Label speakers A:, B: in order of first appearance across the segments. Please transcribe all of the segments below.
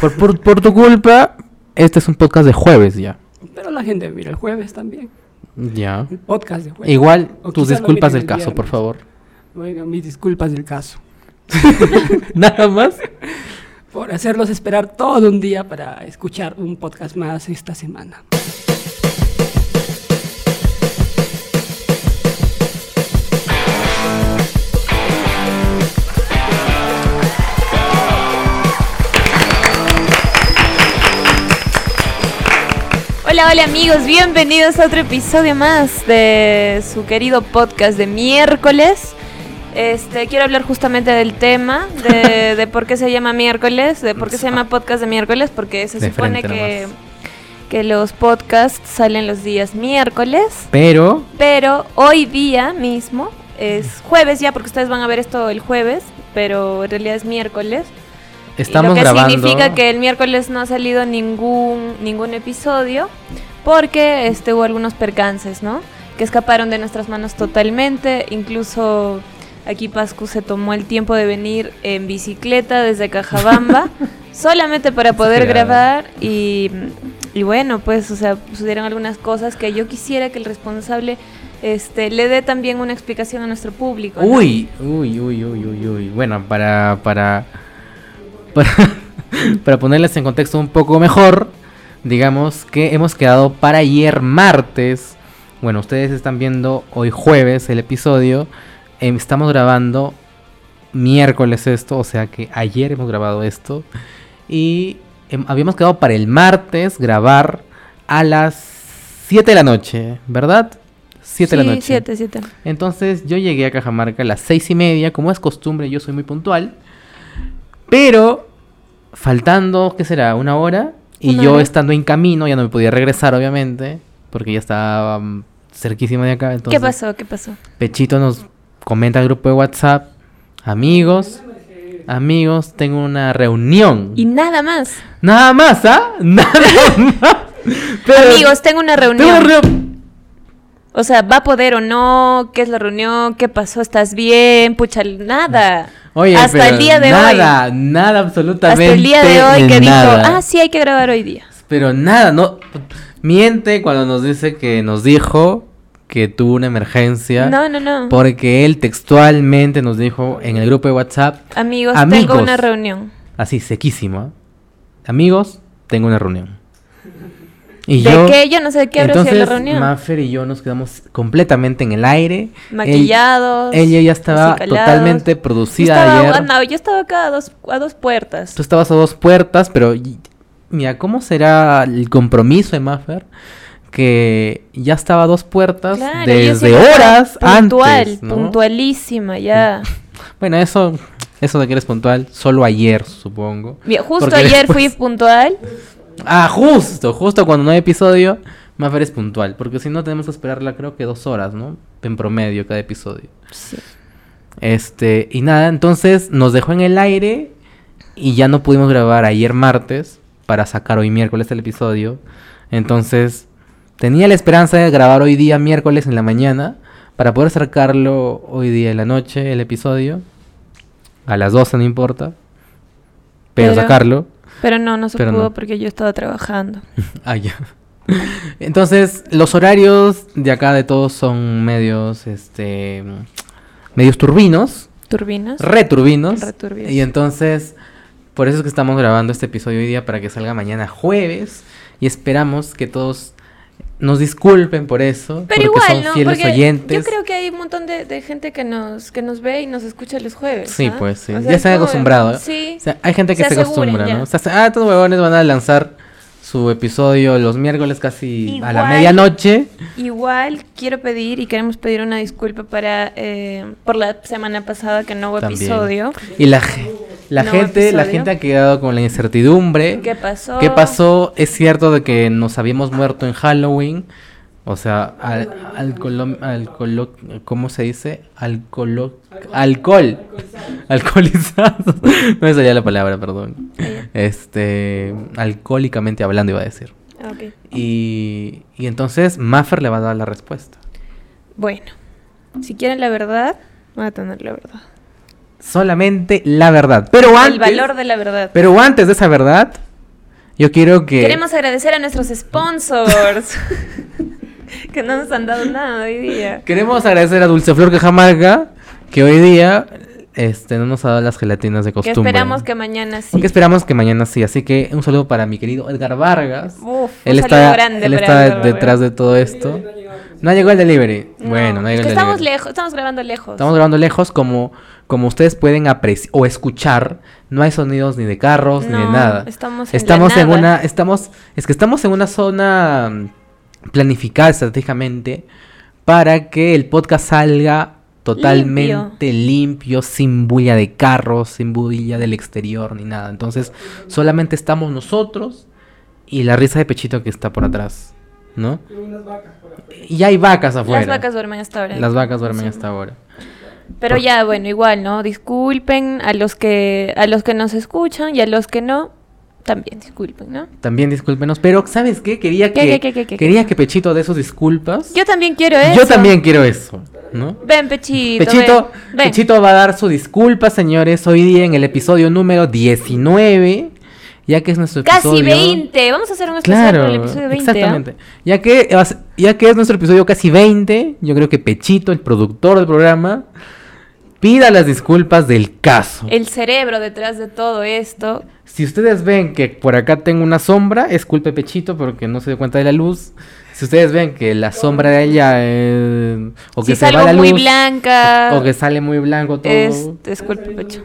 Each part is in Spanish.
A: Por, por, por tu culpa, este es un podcast de jueves ya.
B: Pero la gente mira el jueves también.
A: Ya.
B: El podcast de jueves.
A: Igual,
B: O
A: tus
B: quizás lo
A: disculpas
B: miren
A: del
B: el
A: caso, por
B: viernes.
A: favor.
B: Bueno, mis disculpas del caso.
A: Nada más.
B: Por hacerlos esperar todo un día para escuchar un podcast más esta semana.
C: Hola, hola amigos, bienvenidos a otro episodio más de su querido podcast de miércoles. Este, quiero hablar justamente del tema, de, de por qué se llama miércoles, de por qué se llama podcast de miércoles, porque se
A: De
C: supone
A: frente
C: que,
A: nomás.
C: que los podcasts salen los días miércoles,
A: Pero,
C: pero hoy día mismo es jueves ya, porque ustedes van a ver esto el jueves, pero en realidad es miércoles. Y
A: estamos
C: lo que
A: grabando.
C: significa que el miércoles no ha salido ningún ningún episodio porque este hubo algunos percances, ¿no? Que escaparon de nuestras manos totalmente, incluso aquí Pascu se tomó el tiempo de venir en bicicleta desde Cajabamba solamente para poder
A: Exagerado.
C: grabar y y bueno, pues o sea, sucedieron algunas cosas que yo quisiera que el responsable este le dé también una explicación a nuestro público. ¿no?
A: Uy, uy, uy, uy, uy, uy. Bueno, para, para, para, para ponerles en contexto un poco mejor, digamos que hemos quedado para ayer martes. Bueno, ustedes están viendo hoy jueves el episodio. Em, estamos grabando miércoles esto, o sea que ayer hemos grabado esto. Y em, habíamos quedado para el martes grabar a las 7 de la noche, ¿verdad? 7 de la
C: Sí,
A: noche.
C: siete, siete.
A: Entonces yo llegué a Cajamarca a las seis y media, como es costumbre, yo soy muy puntual. Pero faltando, ¿qué será? Una hora. Y
C: Una
A: yo
C: hora.
A: estando en camino, ya no me podía regresar, obviamente, porque ya estaba mm, cerquísima de acá. Entonces,
C: ¿Qué pasó? ¿Qué pasó?
A: Pechito nos comenta al grupo de WhatsApp, amigos, amigos, tengo una reunión.
C: Y nada más.
A: Nada más, ¿ah? Nada más. Pero-
C: Amigos, tengo una
A: tengo
C: reunión.
A: una reunión.
C: O sea, ¿va a poder o no? ¿Qué es la reunión? ¿Qué pasó? ¿Estás bien? Pucha, nada.
A: Oye,
C: Hasta
A: pero
C: el día de hoy.
A: nada, nada, absolutamente.
C: Hasta el día de hoy que
A: nada.
C: dijo, ah, sí, hay que grabar hoy día.
A: Pero nada, no. Miente cuando nos dice que nos dijo que tuvo una emergencia.
C: No, no, no.
A: Porque él textualmente nos dijo en el grupo de WhatsApp,
C: Amigos,
A: Amigos.
C: tengo una reunión.
A: así sequísimo, ¿ah? amigos, tengo una reunión. Y
C: ¿De
A: yo,
C: qué? Yo no sé de qué habrá sido
A: entonces,
C: la reunión.
A: Maffer y yo nos quedamos completamente en el aire. Él-
C: Maquillados.
A: Ella ya estaba
C: acicalados.
A: totalmente
C: Yo
A: producida
C: estaba,
A: ayer.
C: ah, no, yo estaba acá a dos, a dos puertas.
A: Tú estabas a dos puertas, pero y- mira, ¿cómo será el compromiso de Maffer? Que ya estaba a dos puertas
C: Claro, yo
A: desde
C: siempre estaba
A: horas
C: puntual,
A: antes. ¿no?
C: puntualísima ya.
A: Bueno, eso, eso de que eres puntual, solo ayer, supongo.
C: Bien, Justo
A: Porque
C: ayer
A: después-
C: fui puntual.
A: Ah, justo, justo cuando no hay episodio, Maffer es puntual. Porque si no, tenemos que esperarla, creo que dos horas, ¿no? En promedio, cada episodio.
C: Sí.
A: Este, y nada, entonces nos dejó en el aire y ya no pudimos grabar ayer martes para sacar hoy miércoles el episodio. Entonces, tenía la esperanza de grabar hoy día miércoles en la mañana para poder sacarlo hoy día en la noche el episodio. A las 12 no importa. Pero,
C: Pero-
A: sacarlo.
C: Pero no, no se
A: Pero
C: pudo
A: no.
C: porque yo estaba trabajando.
A: Ah, ya. Entonces, los horarios de acá de todos son medios, este, medios turbinos.
C: ¿Turbinas?
A: Returbinos.
C: Returbinos.
A: Y entonces, por eso es que estamos grabando este episodio hoy día para que salga mañana jueves. Y esperamos que todos nos disculpen por eso.
C: Pero
A: porque
C: igual,
A: son
C: ¿no?
A: fieles
C: Porque
A: oyentes.
C: yo creo que hay un montón de, de gente que nos, que nos ve y nos escucha los jueves.
A: Sí,
C: ¿ah?
A: pues, sí.
C: O
A: Ya
C: es
A: se han
C: como- mm,
A: acostumbrado, ¿eh?
C: Sí.
A: O sea, hay gente que
C: Se
A: se,
C: aseguran
A: acostumbra,
C: ya.
A: ¿no? O sea, se- ah, estos huevones van a lanzar su episodio los miércoles casi a la
C: Igual.
A: medianoche.
C: Igual quiero pedir y queremos pedir una disculpa para eh, por la semana pasada que no hubo
A: También.
C: episodio.
A: Y la, ge- la
C: No
A: gente, la
C: episodio.
A: gente ha quedado con la incertidumbre.
C: ¿Qué pasó?
A: ¿Qué pasó? Es cierto de que nos habíamos muerto en Halloween. O sea, al, al, colo- al colo- ¿cómo se dice? Al colo- alcohol. Alcoholizados. No me salía la palabra, perdón.
C: Eh,
A: Este, alcohólicamente hablando iba a decir.
C: Ah, ok.
A: Y, y entonces Maffer le va a dar la respuesta.
C: Bueno, si quieren la verdad, van a tener la verdad.
A: Solamente la verdad. Pero antes,
C: El valor de la verdad.
A: pero antes de esa verdad, Yo quiero que.
C: Queremos agradecer a nuestros sponsors que no nos han dado nada hoy día.
A: Queremos agradecer a Dulceflor Cajamarca, que hoy día este, no nos ha dado las gelatinas de
C: Que
A: costumbre.
C: esperamos que mañana sí.
A: Que esperamos que mañana sí. Así que un saludo para mi querido Edgar Vargas.
C: Uf, un
A: él
C: saludo
A: está,
C: grande
A: él
C: para
A: está
C: Edgar Vargas.
A: detrás de todo esto. No llegó el delivery.
C: No,
A: bueno, no
C: es
A: llegó el
C: que
A: delivery.
C: estamos lejos, estamos grabando lejos.
A: Estamos grabando lejos, como, como ustedes pueden apreciar o escuchar, no hay sonidos ni de carros ni de
C: No,
A: nada.
C: estamos en la
A: estamos en
C: nada. ¿eh?
A: una, estamos, es que estamos en una zona mm, planificada estratégicamente para que el podcast salga totalmente limpio. sin bulla de carros, sin bulla del exterior ni nada. Entonces, solamente estamos nosotros y la risa de Pechito que está por atrás, ¿no? Y hay vacas afuera.
C: Las vacas duermen hasta ahora.
A: Las vacas duermen
C: Sí.
A: hasta ahora.
C: Pero ya, bueno, igual, ¿no? Disculpen a los que a los que nos escuchan y a los que no también disculpen, ¿no?
A: También discúlpenos, pero ¿sabes qué? Quería
C: ¿Qué,
A: que
C: qué, qué, qué, qué,
A: quería que Pechito de sus disculpas.
C: Yo también quiero
A: Yo
C: eso.
A: también quiero eso, ¿no?
C: Ven, Pechito.
A: Pechito,
C: ven, ven.
A: Pechito va a dar su disculpa, señores, hoy día en el episodio número 19, ya que es nuestro
C: Casi
A: este episodio
C: 20. Vamos a hacer un especial
A: Claro,
C: con el episodio 20. ¿ah?
A: exactamente. Ya que as- ya que es nuestro episodio casi 20, yo creo que Pechito, el productor del programa, pida las disculpas del caso.
C: El cerebro detrás de todo esto.
A: Si ustedes ven que por acá tengo una sombra, es culpa de Pechito porque no se dio cuenta de la luz. Si ustedes ven que la sombra de allá eh, o que
C: si
A: se va
C: salgo
A: la
C: muy
A: luz
C: blanca,
A: o que sale muy blanco todo
C: es, es culpa de Pecho.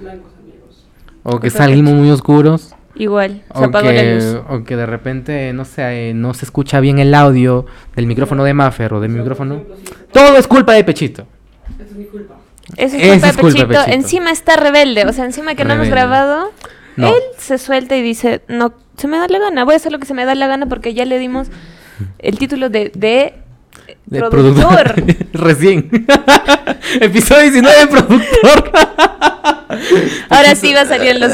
A: o que
C: es
A: salimos muy oscuros
C: Igual, se
A: o
C: apagó la
A: que,
C: luz.
A: o que de repente no sé, eh, no se escucha bien el audio del micrófono de Maffer o del micrófono. Todo es culpa de Pechito.
C: Eso
A: Esa
C: es culpa
A: es
C: de
A: culpa de
C: Pechito.
A: Pechito.
C: Encima está rebelde. O sea, encima que no hemos
A: Rebelde.
C: grabado,
A: No.
C: él se suelta y dice, no, se me da la gana. Voy a hacer lo que se me da la gana porque ya le dimos el título de, de,
A: De
C: productor.
A: Recién. Episodio 19 de productor.
C: Ahora sí va a salir en los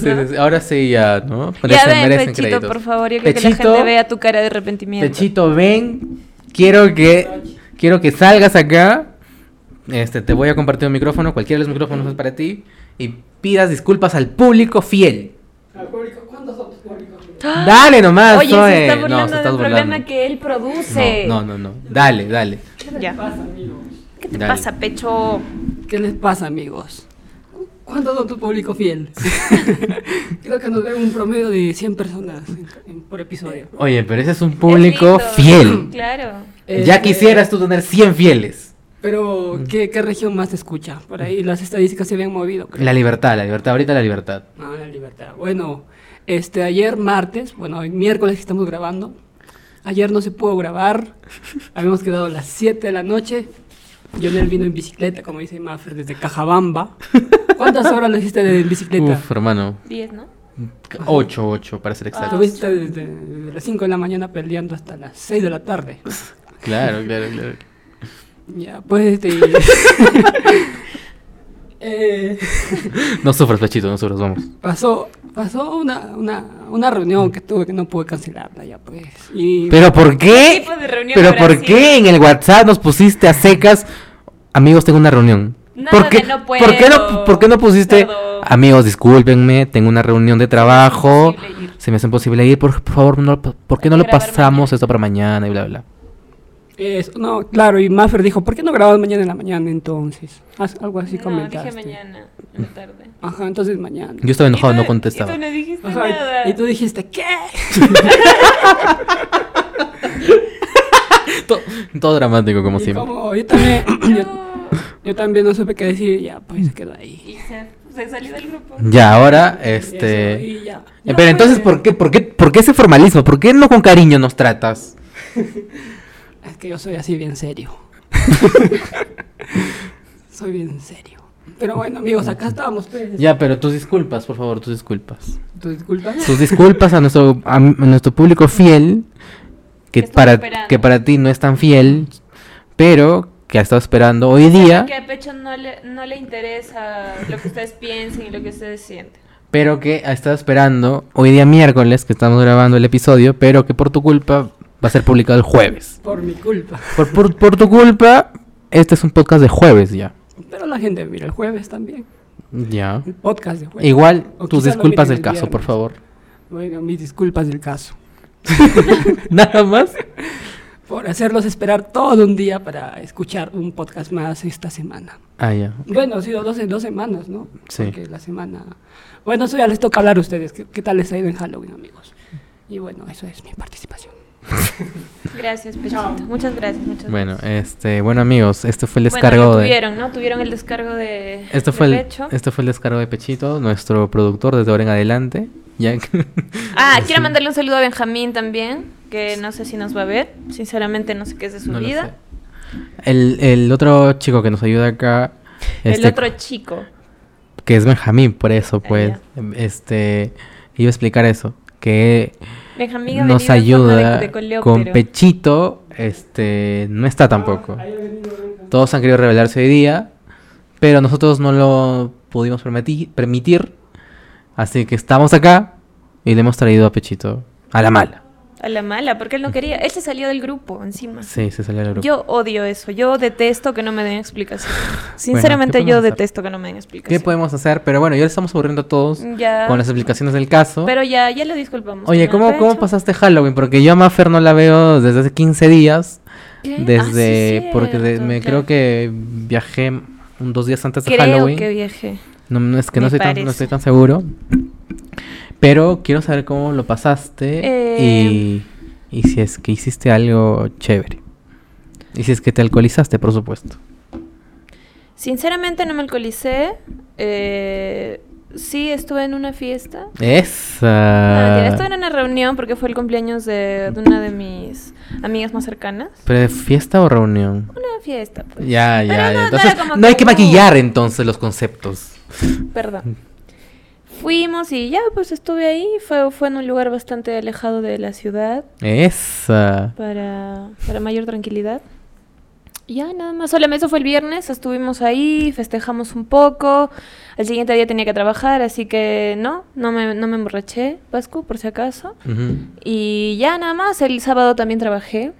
A: Sí,
C: ¿no?
A: sí, sí. Ahora sí ya, ¿no?
C: Ya
A: Merecen-
C: ven,
A: merecen
C: Pechito,
A: créditos.
C: por favor. Yo creo que la
A: Pechito,
C: gente vea tu cara de arrepentimiento.
A: Pechito, ven. Quiero que quiero que salgas acá. Este, te voy a compartir un micrófono, cualquiera de los micrófonos es para ti y pidas disculpas al público fiel. Dale nomás,
C: ¡Ah! Oye,
A: Zoe.
C: se está
A: Ah, No,
C: burlando
A: se
C: del
A: estás
C: problema
A: burlando.
C: que él produce.
A: No, no, no, no. Dale, dale.
C: Ya. ¿Qué te
A: Dale.
C: pasa, Pecho?
B: ¿Qué les pasa, amigos? ¿Cu- ¿Cuántos son tu público fiel? Creo que nos ven un promedio de 100 personas en- en- por episodio.
A: Oye, pero ese es un
C: lindo.
A: público fiel.
C: Claro.
A: Ya
B: Este,
A: quisieras tú tener 100 fieles.
B: Pero, ¿qué, qué región más te escucha? Por ahí las estadísticas se habían movido, creo.
A: La libertad, la libertad, ahorita la libertad.
B: Ah, la libertad. Bueno, este, ayer martes, bueno, hoy miércoles estamos grabando. Ayer no se pudo grabar. Habíamos quedado a las 7 de la noche. Lionel vino en bicicleta, como dice Maffer, desde Cajabamba. ¿Cuántas horas lo hiciste de- en bicicleta?
A: Uf, hermano.
C: 10, ¿no?
A: 8, 8, para ser exacto.
B: Estuviste desde, desde las 5 de la mañana peleando hasta las 6 de la tarde.
C: Ah.
A: Claro, claro, claro.
B: Ya, pues este. eh,
A: No sufras, Flechito, no sufras, vamos.
B: pasó pasó una, una, una reunión que tuve que no pude cancelarla, ya pues. Y
A: ¿Pero por qué?
C: Este tipo de reunión
A: ¿Pero
C: habrá
A: por
C: sido?
A: qué en el WhatsApp nos pusiste a secas? Amigos, tengo una reunión.
C: Nada
A: ¿Por
C: de
A: qué,
C: no
A: ¿por qué no,
C: puedo,
A: por qué no pusiste?
C: Eduardo.
A: Amigos, discúlpenme, tengo una reunión de trabajo.
C: imposible ir".
A: Se me hace imposible ir. Por favor, no, ¿por qué
C: Hay
A: no lo
C: que grabar
A: pasamos
C: mañana.
A: esto para mañana y bla, bla?
B: Eso, no, claro, y Maffer dijo, ¿por qué no grabas mañana en la mañana entonces? Haz- algo así
C: no,
B: comentaste.
C: dije mañana, en la tarde.
B: Ajá, entonces mañana.
A: Yo estaba enojado,
C: Y tú-
A: no contestaba.
C: Y tú no dijiste
B: Ajá, y-
C: nada.
B: y tú dijiste, ¿qué?
A: To- Todo dramático, como
B: Y
A: siempre.
B: como yo también, yo,
C: No.
B: yo también no supe qué decir, ya, pues se quedó ahí.
C: Y se, se salió del grupo.
A: Ya, ahora,
B: Y
A: este.
B: eso, y ya.
A: Eh, Pero entonces, ¿por qué, por, qué, ¿por qué ese formalismo? ¿Por qué no con cariño nos tratas?
B: Es que yo soy así bien serio. soy bien serio. Pero bueno, amigos, acá estábamos. pues.
A: Ya, pero tus disculpas, por favor, tus disculpas.
B: ¿Tú disculpas?
A: Tus disculpas a nuestro, a, m- a nuestro público fiel, que
C: Que estuvo
A: para,
C: esperando.
A: que para ti no es tan fiel, pero que ha estado esperando hoy día,
C: Que a Pecho no le, no le interesa lo que ustedes piensen y lo que ustedes sienten.
A: pero que ha estado esperando hoy día miércoles, que estamos grabando el episodio, pero que por tu culpa va a ser publicado el jueves.
B: Por mi culpa.
A: Por, por, por tu culpa, este es un podcast de jueves ya.
B: Pero la gente mira el jueves también.
A: Ya.
B: El podcast de jueves.
A: Igual,
B: O
A: tus
B: quizá lo
A: disculpas
B: miren
A: del
B: el
A: caso, por
B: viernes.
A: favor.
B: Bueno, mis disculpas del caso.
A: Nada más.
B: Por hacerlos esperar todo un día para escuchar un podcast más esta semana.
A: Ah, ya.
B: Bueno, ha sido dos, dos semanas, ¿no?
A: Sí.
B: Porque la semana... Bueno, eso ya les toca hablar a ustedes. ¿Qué, qué tal les ha ido en Halloween, amigos? Y bueno, eso es mi participación.
C: Gracias, Pechito. Muchas gracias, muchas
A: Bueno,
C: gracias.
A: este, bueno amigos, esto fue el
C: Bueno,
A: descargo
C: lo
A: de...
C: tuvieron, ¿no? Tuvieron el descargo de
A: Esto
C: de
A: fue, el,
C: Pecho.
A: esto fue el descargo de Pechito, nuestro productor desde ahora en adelante. Ya que- Pues
C: Ah, quiero mandarle un saludo a Benjamín también, que no sé si nos va a ver. Sinceramente no sé qué es de su
A: no lo
C: vida.
A: sé. El, el otro chico que nos ayuda acá,
C: El
A: este,
C: otro chico.
A: que es Benjamín, por eso, pues,
C: Ah,
A: este, iba a explicar eso, que
C: Benjamín ha
A: nos
C: venido en forma de-
A: ayuda
C: de coleóptero.
A: con Pechito, este, no está tampoco. Todos han querido revelarse hoy día, pero nosotros no lo pudimos permiti- permitir, así que estamos acá y le hemos traído a Pechito a la mala.
C: A la mala, porque él no quería. Él se salió del grupo encima.
A: Sí, se salió del grupo.
C: Yo odio eso. Yo detesto que no me den explicación. Sinceramente,
A: podemos
C: yo
A: hacer?
C: detesto que no me den
A: ¿Qué
C: explicación.
A: podemos hacer? Pero bueno, ya le estamos aburriendo a todos
C: Ya.
A: con las explicaciones del caso.
C: Pero ya, ya lo disculpamos.
A: Oye,
C: ¿no?
A: ¿cómo,
C: Pecho.
A: ¿cómo pasaste Halloween? Porque yo a Mafer no la veo desde hace 15 días.
C: ¿Qué? Ah,
A: Desde.
C: sí,
A: porque de-
C: cierto,
A: me
C: claro.
A: creo que viajé un, dos días antes de
C: Creo
A: Halloween.
C: que viajé.
A: No, no, es que no
C: me
A: estoy, tan,
C: parece.
A: no estoy tan seguro. Pero quiero saber cómo lo pasaste
C: Eh,
A: y, y si es que hiciste algo chévere. Y si es que te alcoholizaste, por supuesto.
C: Sinceramente no me alcoholicé. Eh, sí, estuve en una fiesta. No, mentira,
A: Esa.
C: Ah, estuve en una reunión porque fue el cumpleaños de, de una de mis amigas más cercanas.
A: ¿Pero de fiesta o reunión?
C: Una fiesta, pues.
A: Ya,
C: Pero
A: ya, ya.
C: no, no
A: Entonces,
C: era como
A: no hay que
C: no.
A: maquillar entonces los conceptos.
C: Perdón. Fuimos y ya, pues estuve ahí. Fue, fue en un lugar bastante alejado de la ciudad
A: Esa.
C: Pues, para, para mayor tranquilidad. Y Ya, nada más. Solamente eso fue el viernes. Estuvimos ahí, festejamos un poco. Al siguiente día tenía que trabajar, así que no, no me, no me emborraché, Pascu, por si acaso.
A: Ujú.
C: Y ya nada más. El sábado también trabajé,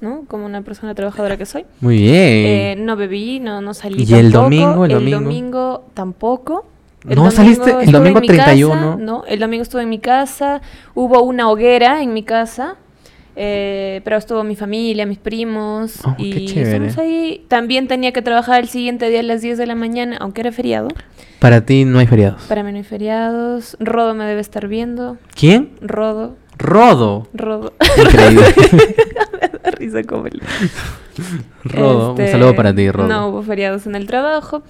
C: ¿no? Como una persona trabajadora que soy.
A: Muy bien.
C: Eh, no bebí, no, no salí.
A: ¿Y el
C: tampoco,
A: domingo? ¿El
C: El
A: domingo?
C: domingo, tampoco.
A: No saliste, el
C: estuve en
A: domingo
C: mi casa,
A: 31.
C: no, el domingo estuve en mi casa. Hubo una hoguera en mi casa. eh, pero estuvo mi familia, mis primos.
A: Oh, qué
C: y
A: chévere.
C: estuvimos ahí. También tenía que trabajar el siguiente día a las 10 de la mañana, aunque era feriado.
A: Para ti no hay feriados.
C: Para mí no hay feriados. Rodo me debe estar viendo.
A: ¿Quién?
C: Rodo,
A: Rodo.
C: Rodo.
A: Increíble.
C: Me da risa como el-
A: Rodo, un
C: Este,
A: saludo para ti, Rodo.
C: No hubo feriados en el trabajo.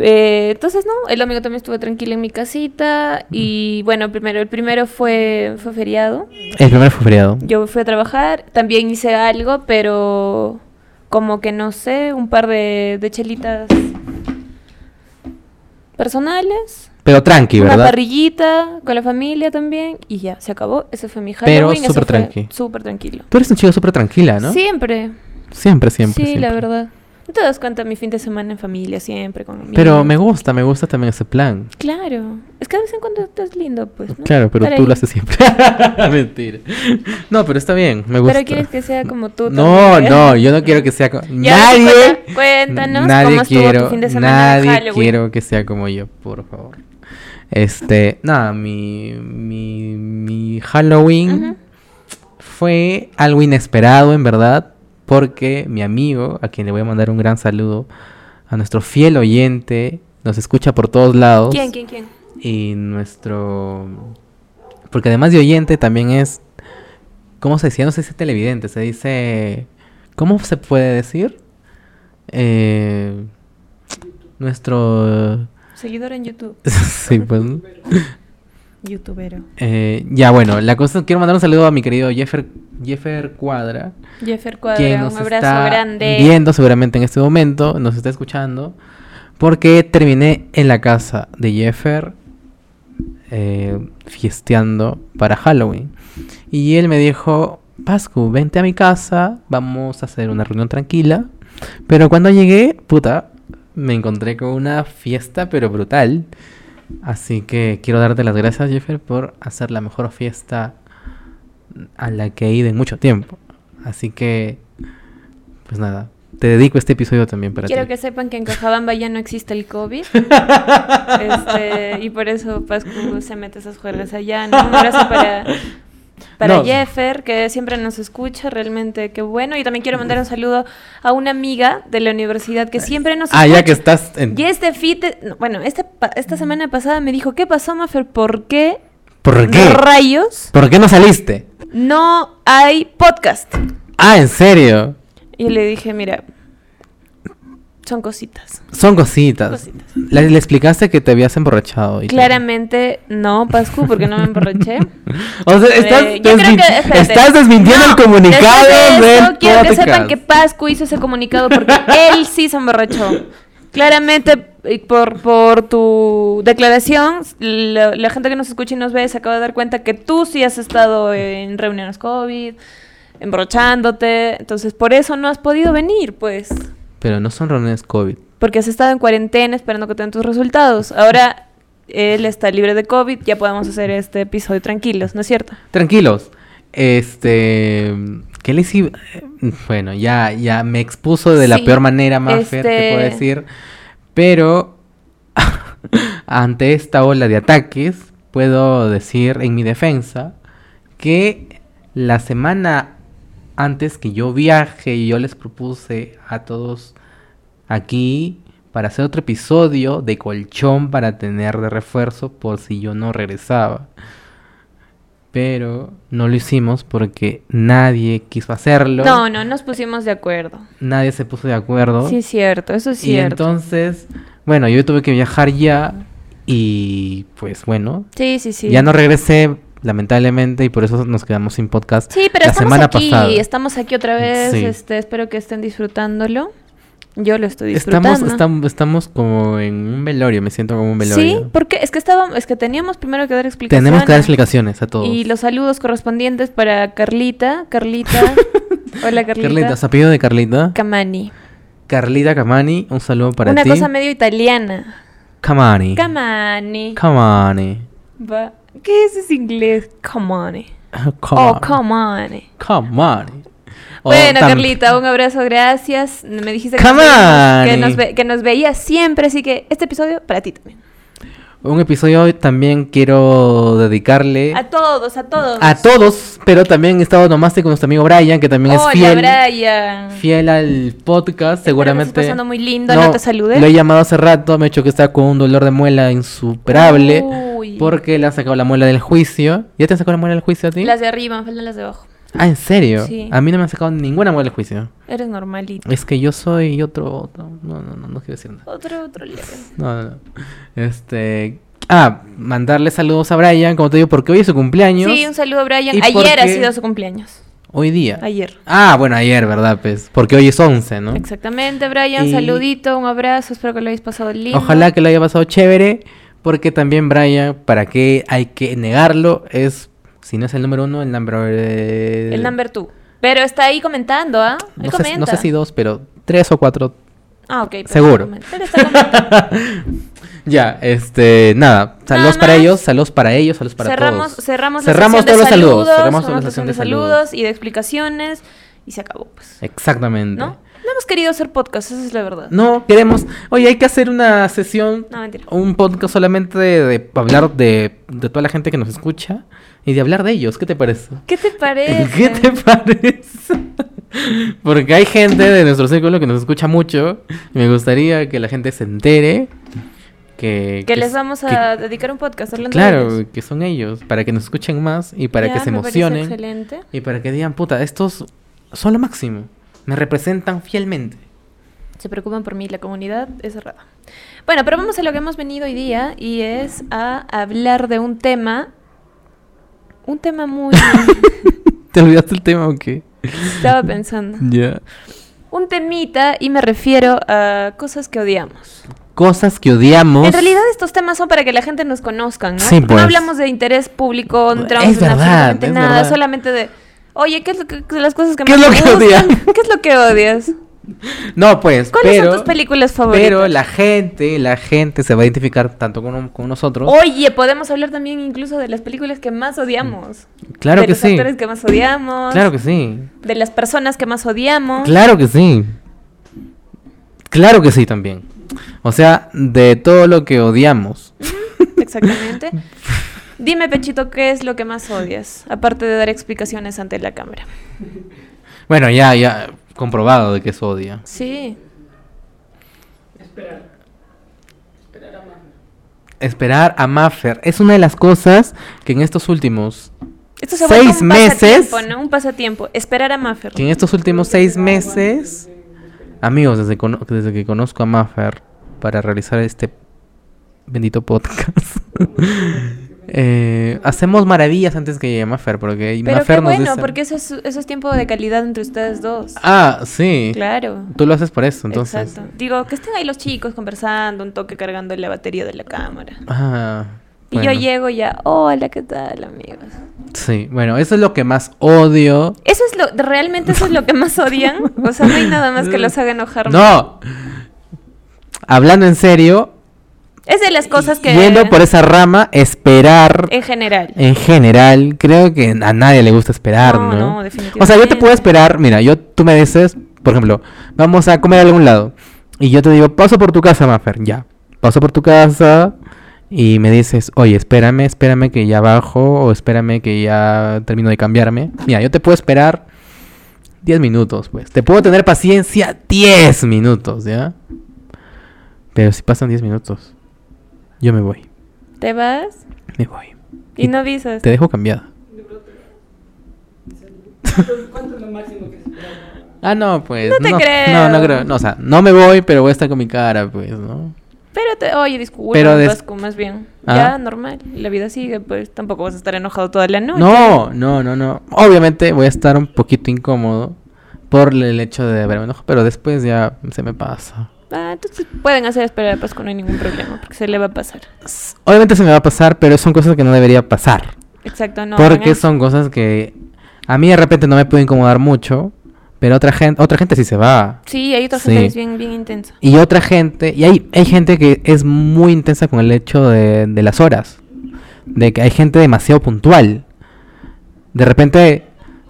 C: Eh, entonces, no, el domingo también estuve tranquila en mi casita. Y bueno, primero, el primero fue, fue feriado.
A: El primero fue feriado.
C: Yo fui a trabajar, también hice algo, pero como que no sé, un par de, de chelitas personales.
A: Pero tranqui,
C: Una
A: ¿verdad?
C: parrillita con la familia también. Y ya, se acabó. Ese fue mi
A: Pero
C: Halloween. eso
A: súper
C: fue
A: tranqui.
C: Súper tranquilo.
A: Tú eres un chico súper tranquila, ¿no?
C: Siempre.
A: Siempre, siempre.
C: Sí,
A: siempre.
C: la verdad. No te das cuenta mi fin de semana en familia, siempre con amigos.
A: Pero me gusta, me gusta también ese plan.
C: Claro. Es que de vez en cuando estás lindo, pues. ¿no?
A: Claro, pero
C: Estar
A: tú
C: ahí.
A: lo haces siempre. Mentira. No, pero está bien, me gusta.
C: Pero quieres que sea como tú.
A: No,
C: también. ¿eh?
A: no, yo no quiero que sea como...
C: Ya,
A: Nadie...
C: cuenta- Cuéntanos
A: nadie
C: cómo estuvo
A: quiero,
C: tu fin de semana de
A: nadie
C: Halloween.
A: quiero que sea como yo, por favor. Este, nada, mi, mi, mi Halloween
C: Ujú.
A: fue algo inesperado, en verdad, porque mi amigo, a quien le voy a mandar un gran saludo, a nuestro fiel oyente, nos escucha por todos lados.
C: ¿Quién, quién, quién?
A: Y nuestro... Porque además de oyente también es... ¿Cómo se decía? No se dice televidente, se dice... ¿Cómo se puede decir? Eh, nuestro...
C: Seguidor en YouTube.
A: sí, pues... ¿no?
C: Youtubero.
A: Eh, ya, bueno, la cosa... Quiero mandar un saludo a mi querido Jeffer, Jeffer Cuadra.
C: Jeffer Cuadra,
A: quien
C: un
A: nos
C: abrazo
A: está
C: grande.
A: viendo seguramente en este momento, nos está escuchando, porque terminé en la casa de Jeffer eh, fiesteando para Halloween. Y él me dijo, Pascu, vente a mi casa, vamos a hacer una reunión tranquila. Pero cuando llegué, puta, me encontré con una fiesta, pero brutal. Así que quiero darte las gracias, Jeffer, por hacer la mejor fiesta a la que he ido en mucho tiempo. Así que, pues nada, Te dedico este episodio también para
C: Quiero
A: ti.
C: que sepan que en Cajabamba ya no existe el COVID. Este, y por eso Pascu se mete esas juergas allá. ¿no? Un abrazo para, para
A: No.
C: Jeffer, que siempre nos escucha, realmente qué bueno. Y también quiero mandar un saludo a una amiga de la universidad que siempre nos
A: Ah, ya
C: escucha.
A: que estás en...
C: Y este fit, no, bueno, este pa- esta semana pasada me dijo, ¿qué pasó, Mafer? ¿Por qué
A: ¿Por qué?
C: rayos
A: ¿Por qué no saliste?
C: no hay podcast?
A: Ah, ¿en serio?
C: Y le dije, mira, son cositas.
A: Son cositas.
C: Cositas.
A: Le, le explicaste que te habías emborrachado. y todo.
C: Claramente no, Pascu, porque Uh, no me emborraché.
A: O sea, estás,
C: Eh, yo creo
A: desmin-
C: que- espérate.
A: estás desmintiendo
C: No,
A: el comunicado
C: después de
A: del
C: eso, quiero que
A: podcast.
C: sepan que Pascu hizo ese comunicado porque él sí se emborrachó. Claramente, eh, por, por tu declaración, la, la gente que nos escucha y nos ve se acaba de dar cuenta que tú sí has estado en reuniones COVID, emborrachándote. Entonces, por eso no has podido venir, pues.
A: Pero no son reuniones COVID.
C: Porque has estado en cuarentena esperando que te den tus resultados. Ahora él está libre de COVID, ya podemos hacer este episodio tranquilos, ¿no es cierto?
A: Tranquilos. Este. ¿Qué les iba.? Bueno, ya, ya me expuso de la
C: Sí,
A: peor manera, Maffer, te puedo
C: este-
A: decir. Pero. ante esta ola de ataques, puedo decir en mi defensa que la semana antes que yo viaje y yo les propuse a todos aquí para hacer otro episodio de colchón para tener de refuerzo por si yo no regresaba. Pero no lo hicimos porque nadie quiso hacerlo.
C: No, no, nos pusimos de acuerdo.
A: Nadie se puso de acuerdo.
C: Sí, es cierto, eso es
A: y
C: cierto.
A: entonces, bueno, yo tuve que viajar ya y pues bueno,
C: sí, sí, sí.
A: ya no regresé lamentablemente y por eso nos quedamos sin podcast.
C: sí, pero
A: la
C: estamos
A: semana
C: aquí,
A: pasada.
C: estamos aquí otra vez.
A: Sí.
C: Este, espero que estén disfrutándolo. Yo lo estoy disfrutando.
A: Estamos, estamos, estamos como en un velorio, me siento como un velorio.
C: Sí, porque es que estábamos, es que teníamos primero que dar explicaciones.
A: Tenemos que dar explicaciones a todos.
C: Y los saludos correspondientes para Carlita, Carlita. Hola Carlita.
A: Carlita, ¿su apellido de Carlita?
C: Camani.
A: Carlita Camani, un saludo para
C: Una
A: ti.
C: cosa medio italiana.
A: Camani.
C: Camani.
A: Camani.
C: Va- ¿Qué es ese inglés? Camani.
A: Camani.
C: Oh, Camani.
A: Camani. O
C: Bueno,
A: Oh, tam-
C: Carlita, un abrazo, gracias. Me dijiste que,
A: Come on.
C: que nos, ve- que nos veías siempre, así que este episodio para ti también.
A: Un episodio también quiero dedicarle
C: A todos, a todos.
A: a todos, pero también he estado nomaste con nuestro amigo Brian, que Ah, también
C: Hola,
A: es fiel.
C: Brian.
A: Fiel al podcast, seguramente.
C: estés pasando muy lindo, no te saludé.
A: Lo he llamado hace rato, me ha dicho que está con un dolor de muela insuperable.
C: Uy.
A: Porque le han sacado la muela del juicio. ¿Ya te han sacado la muela del juicio a ti?
C: Las de arriba, me faltan las de abajo.
A: Ah, ¿en serio?
C: Sí.
A: A mí no me han sacado ninguna muela del juicio.
C: Eres normalito.
A: Es que yo soy otro, otro. No, no, no, no quiero decir nada.
C: Otro, otro leve.
A: No, no, no. Este. Ah, mandarle saludos a Brian, como te digo, porque hoy es su cumpleaños.
C: Sí, un saludo, Brian.
A: ¿Y
C: Ayer
A: por
C: ha
A: qué?
C: sido su cumpleaños.
A: Hoy día.
C: Ayer.
A: Ah, bueno, ayer, ¿verdad? Pues, porque hoy es 11, ¿no?
C: Exactamente, Brian.
A: Y-
C: Saludito, un abrazo. Espero que lo hayáis pasado lindo.
A: Ojalá que lo haya pasado chévere, porque también Brian, para qué hay que negarlo, es, si no es el número uno, el número...
C: El number two. Pero está ahí comentando, ¿ah? Él
A: no sé,
C: comenta.
A: no sé si dos, pero tres o cuatro.
C: Ah, ok. pero
A: Seguro.
C: comenta. Pero está comentando.
A: ya, este, nada, saludos
C: Nada
A: para
C: más.
A: ellos, saludos para ellos, saludos para
C: cerramos,
A: todos.
C: Cerramos,
A: Cerramos
C: la sección
A: todos los
C: de
A: saludos,
C: saludos.
A: cerramos toda la sección de saludos.
C: y de explicaciones. Y se acabó, pues.
A: Exactamente.
C: ¿No? No hemos querido hacer podcast, esa es la verdad.
A: No, queremos. Oye, hay que hacer una sesión,
C: No, mentira.
A: un podcast solamente de, de hablar de, de toda la gente que nos escucha y de hablar de ellos. ¿Qué te parece?
C: ¿Qué te parece?
A: ¿Qué te parece? Este. Porque hay gente de nuestro círculo que nos escucha mucho y me gustaría que la gente se entere que...
C: Que les vamos
A: que-
C: a dedicar un podcast hablando de ellos.
A: claro, que son ellos, para que nos escuchen más y para
C: Ya,
A: que se
C: me parece
A: emocionen
C: Excelente.
A: y para que digan, puta, estos son lo máximo, me representan fielmente.
C: Se preocupan por mí, la comunidad es cerrada. Bueno, pero vamos a lo que hemos venido hoy día y es a hablar de un tema. Un tema muy.
A: ¿Te olvidaste el tema o qué?
C: estaba pensando.
A: Ya.
C: Un temita y me refiero a cosas que odiamos.
A: Cosas que odiamos.
C: En realidad estos temas son para que la gente nos conozcan, ¿no?
A: Sí,
C: Porque
A: pues.
C: No hablamos de interés público, no entramos
A: Es
C: en
A: verdad,
C: absolutamente
A: es
C: nada,
A: verdad.
C: solamente de, oye, ¿qué es lo que, qué- las cosas que
A: ¿Qué
C: más
A: es lo que
C: te
A: odias?
C: gustan? ¿Qué es lo que odias?
A: No, pues.
C: ¿Cuáles
A: pero,
C: son tus películas favoritas?
A: Pero la gente, la gente se va a identificar tanto con, con nosotros.
C: Oye, podemos hablar también incluso de las películas que más odiamos.
A: Claro
C: de
A: que
C: los
A: sí.
C: actores que más odiamos.
A: Claro que sí.
C: De las personas que más odiamos.
A: Claro que sí. Claro que sí, también. O sea, de todo lo que odiamos.
C: Exactamente. Dime, Pechito, ¿qué es lo que más odias? Aparte de dar explicaciones ante la cámara.
A: Bueno, ya, ya, comprobado de que eso odia.
C: Sí.
B: Esperar. Esperar a más.
A: Esperar a Maffer es una de las cosas que en estos últimos,
C: Esto se vuelve
A: Seis
C: un
A: meses.
C: pasatiempo, ¿no? Un pasatiempo. Esperar a Maffer.
A: que en estos últimos seis meses, amigos, desde, cono- desde que conozco a Maffer para realizar este bendito podcast, eh, hacemos maravillas antes que llegue Maffer, porque
C: Pero
A: Maffer
C: qué
A: nos
C: bueno,
A: dice-
C: porque eso es, eso es tiempo de calidad entre ustedes dos.
A: Ah, sí.
C: Claro.
A: Tú lo haces por eso, entonces.
C: Exacto. Digo, que estén ahí los chicos conversando, un toque cargando la batería de la cámara.
A: Ah,
C: Y yo
A: bueno.
C: llego ya, hola, ¿qué tal, amigos?
A: Sí, bueno, eso es lo que más odio.
C: Eso es lo, realmente eso es lo que más odian. O sea, no hay nada más que los haga enojar. más.
A: No. Hablando en serio,
C: Es de las cosas que.
A: yendo por Eh. esa rama, esperar
C: En general.
A: en general, creo que a nadie le gusta esperar,
C: No,
A: ¿no? o sea, yo
C: no,
A: te
C: definitivamente.
A: puedo esperar, mira, yo tú me dices, por ejemplo, vamos a comer a algún lado y yo te digo, paso por tu casa, Maffer, ya. Paso por tu casa y me dices, "Oye, espérame, espérame que ya bajo o espérame que ya termino de cambiarme." Mira, yo te puedo esperar 10 minutos, pues. Te puedo tener paciencia 10 minutos, ¿ya? Pero si pasan 10 minutos, yo me voy.
C: Te vas
A: Me voy.
C: y no avisas.
A: Te dejo cambiada.
B: ¿Cuánto es lo máximo que se espera?
A: Ah, no, pues.
C: No te creo.
A: No, no creo. No, o sea, no me voy, pero voy a estar con mi cara, pues, ¿no?
C: Pero te, oye, disculpa,
A: Pero des-
C: Vasco, más bien.
A: Ah.
C: Ya, normal. La vida sigue, pues tampoco vas a estar enojado toda la noche.
A: No, no, no, no. Obviamente voy a estar un poquito incómodo por el hecho de haberme enojado, pero después ya se me pasa.
C: Ah, entonces pueden hacer esperar a Pascua, no hay ningún problema, porque se le va a pasar.
A: S- Obviamente se me va a pasar, pero son cosas que no debería pasar.
C: Exacto, no.
A: porque
C: hagan-
A: son cosas que a mí de repente no me puede incomodar mucho, pero otra gente, otra gente sí se va.
C: Sí, hay otra
A: Sí.
C: gente que es bien, bien intensa.
A: Y otra gente, y hay, hay gente que es muy intensa con el hecho de, de las horas. De que hay gente demasiado puntual. De repente,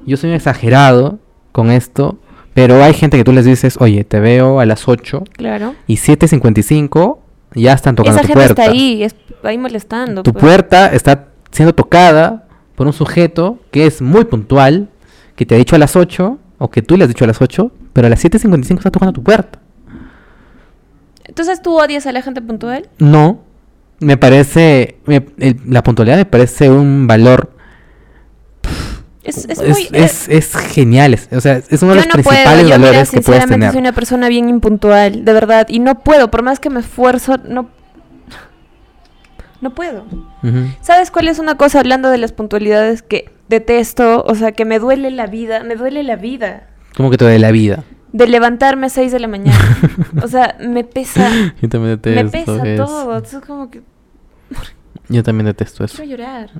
A: yo soy un exagerado con esto, pero hay gente que tú les dices, oye, te veo a las 8
C: Claro.
A: y 7.55 ya están tocando
C: Esa
A: tu
C: gente
A: puerta.
C: está ahí, es, ahí molestando.
A: Tu
C: pues.
A: puerta está siendo tocada por un sujeto que es muy puntual, que te ha dicho a las 8, o que tú le has dicho a las 8, pero a las 7.55 está tocando tu puerta.
C: Entonces tú odias a la gente puntual.
A: No, me parece, me- el- la puntualidad me parece un valor,
C: Es, es
A: es,
C: muy. eh,
A: es- es genial, es- o sea, es uno de
C: yo
A: los
C: no puedo,
A: principales
C: yo mira,
A: valores que puedes
C: sinceramente
A: tener.
C: soy una persona bien impuntual, de verdad, y no puedo, por más que me esfuerzo, no, no puedo.
A: Ujú.
C: ¿Sabes cuál es una cosa hablando de las puntualidades que detesto? O sea, que me duele la vida, me duele la vida
A: Como que te de la vida.
C: de levantarme a 6 de la mañana. o sea, me pesa,
A: Yo también
C: me
A: detesto
C: pesa
A: eso.
C: todo. Entonces, como que
A: Yo también detesto eso.
C: quiero llorar.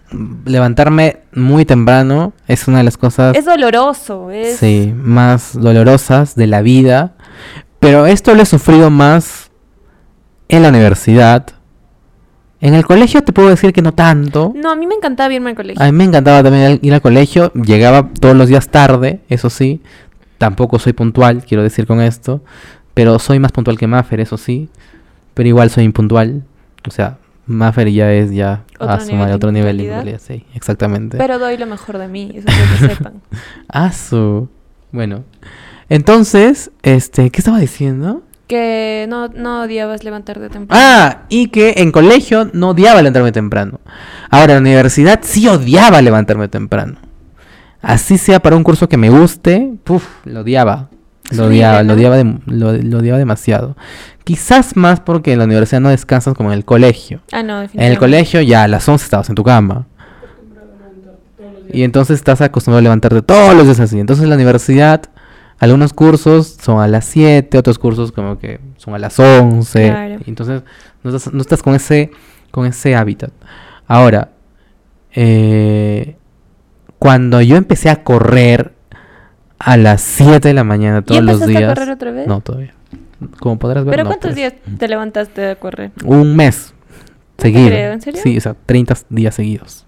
A: Levantarme muy temprano es una de las cosas
C: Es doloroso, es.
A: Ah. sí, más dolorosas de la vida. Pero esto lo he sufrido más en la universidad. En el colegio te puedo decir que no tanto.
C: No, a mí me encantaba irme al colegio.
A: A mí me encantaba también al- ir al colegio. Llegaba todos los días tarde, eso sí. Tampoco soy puntual, quiero decir con esto. Pero soy más puntual que Maffer, eso sí. Pero igual soy impuntual. O sea, Maffer ya es ya
C: Otro
A: a su
C: nivel
A: madre,
C: de
A: otro nivel de
C: impuntualidad.
A: impuntualidad. Sí, exactamente.
C: Pero doy lo mejor de mí, eso quiero que sepan.
A: Ah, su. Bueno. Entonces, este, ¿qué estaba diciendo?
C: Que no, no odiabas levantarte temprano.
A: Ah, y que en colegio no odiaba levantarme temprano. Ahora, en la universidad sí odiaba levantarme temprano. Así sea para un curso que me guste, puf, lo odiaba.
C: Es
A: Lo
C: horrible,
A: odiaba, lo
C: ¿no?
A: odiaba, dem- lo, lo odiaba demasiado. Quizás más porque en la universidad no descansas como en el colegio.
C: Ah, no,
A: En el
C: definitivamente.
A: colegio ya a las 11 estabas en tu cama. Y entonces estás acostumbrado a levantarte todos los días así. Entonces en la universidad, algunos cursos son a las 7, otros cursos como que son a las 11.
C: Claro.
A: Y Entonces no estás, no estás con, ese, con ese hábitat. Ahora, eh, cuando yo empecé a correr a las 7 de la mañana todos los
C: empezaste a
A: días...
C: correr otra vez?
A: No, todavía. Como podrás ver...
C: ¿Pero
A: no,
C: cuántos
A: pues.
C: días te levantaste a correr?
A: Un mes
C: te
A: seguido.
C: creo, ¿en serio?
A: Sí, o sea, 30 días seguidos.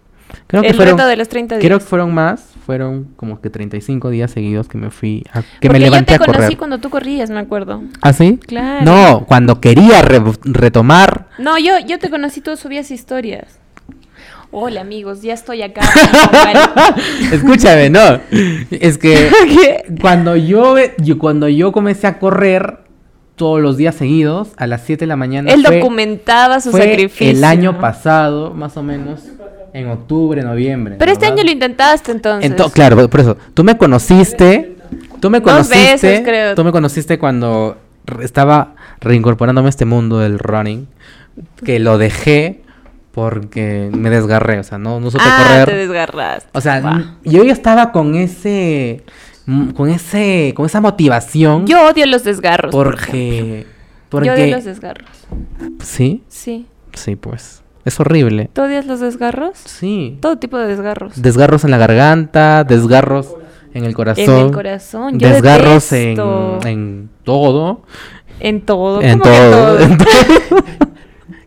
A: Creo que
C: el
A: fueron,
C: reto de los 30 días.
A: creo que fueron más, fueron como que 35 días seguidos que me fui, a- que
C: Porque
A: me levanté
C: yo
A: a
C: te conocí
A: correr.
C: cuando tú corrías, me acuerdo.
A: ¿Ah, sí?
C: Claro.
A: No, cuando quería re- retomar.
C: No, yo, yo te conocí, tú subías historias. Hola amigos, ya estoy acá. Vale.
A: Escúchame, no. Es que
C: ¿Qué?
A: cuando yo, yo- cuando yo comencé a correr todos los días seguidos a las 7 de la mañana
C: Él
A: fue-
C: documentaba su
A: fue
C: sacrificio.
A: el año pasado, más o menos, en octubre, noviembre.
C: Pero este
A: ¿verdad?
C: año lo intentaste entonces.
A: Ento- claro, por eso. Tú me conociste. Tú me
C: Dos
A: conociste.
C: veces, creo.
A: Tú me conociste cuando re- estaba reincorporándome a este mundo del running. Que lo dejé porque me desgarré. O sea, no, no supe
C: ah,
A: correr.
C: te desgarraste.
A: O sea,
C: Guau.
A: n- yo ya estaba con ese. mm, Con ese. Con esa motivación.
C: yo odio los desgarros. por ejemplo.
A: Porque.
C: Yo odio
A: Porque.
C: los desgarros.
A: Sí,
C: Sí.
A: sí, pues. Es horrible.
C: ¿Tú odias los desgarros?
A: Sí.
C: Todo tipo de desgarros.
A: Desgarros en la garganta, desgarros en el corazón.
C: En el corazón. Yo
A: desgarros en,
C: detesto.
A: en todo.
C: En todo.
A: En
C: ¿Cómo que
A: todo. En todo.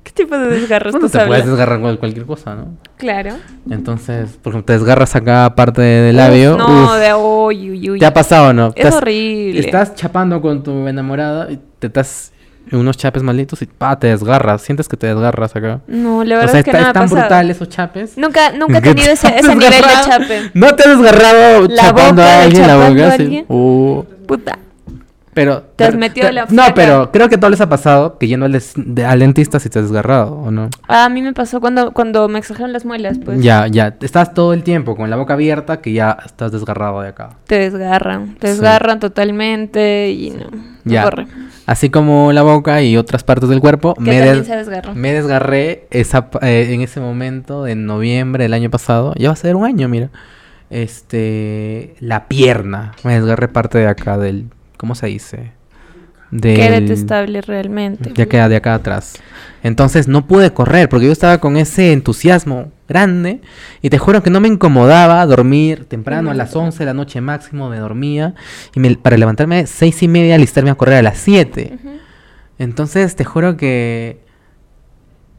C: ¿Qué tipo de desgarros
A: Bueno,
C: tú
A: te puedes
C: hablas?
A: desgarrar con cualquier cosa, ¿no?
C: Claro.
A: Entonces, por ejemplo, te desgarras acá parte del labio.
C: Uf, no,
A: uf,
C: de uy, uy, uy.
A: ¿Te ha pasado o no?
C: Es
A: Estás-
C: horrible.
A: Estás chapando con tu enamorada y te estás en unos chapes malditos y pa, te desgarras. Sientes que te desgarras acá.
C: No, la
A: o
C: verdad
A: sea,
C: es que
A: está-
C: no
A: es
C: me ha
A: tan
C: pasado.
A: brutal esos chapes.
C: Nunca, nunca he
A: que
C: tenido
A: te
C: ese,
A: has
C: ese nivel de
A: desgarrado.
C: chape.
A: No te has desgarrado
C: La
A: chapando
C: boca,
A: a alguien la
C: chapando
A: boca.
C: a
A: así,
C: alguien.
A: uh.
C: Puta.
A: Pero.
C: Te has
A: pero-
C: metido
A: pero-
C: la
A: No,
C: flaca.
A: pero creo que todo les ha pasado que yendo al, des- de- al dentista si te has desgarrado o no.
C: A mí me pasó cuando, cuando me exageraron las muelas, pues.
A: Ya, ya. Estás todo el tiempo con la boca abierta que ya estás desgarrado de acá.
C: Te desgarran. Te
A: Sí.
C: desgarran totalmente y no. no
A: Ya.
C: corre.
A: Así como la boca y otras partes del cuerpo,
C: Que
A: me,
C: también
A: des-
C: se desgarran.
A: me desgarré esa, pa- eh, en ese momento de noviembre del año pasado. Ya va a ser un año, mira. Este. La pierna. Me desgarré parte de acá del. ¿Cómo se dice? Del,
C: Qué detestable realmente.
A: Ya queda de acá atrás. Entonces no pude correr porque yo estaba con ese entusiasmo grande y te juro que no me incomodaba dormir temprano a las 11 de la noche máximo me dormía y me- para levantarme a 6 y media alistarme a correr a las 7.
C: Ujú.
A: Entonces te juro que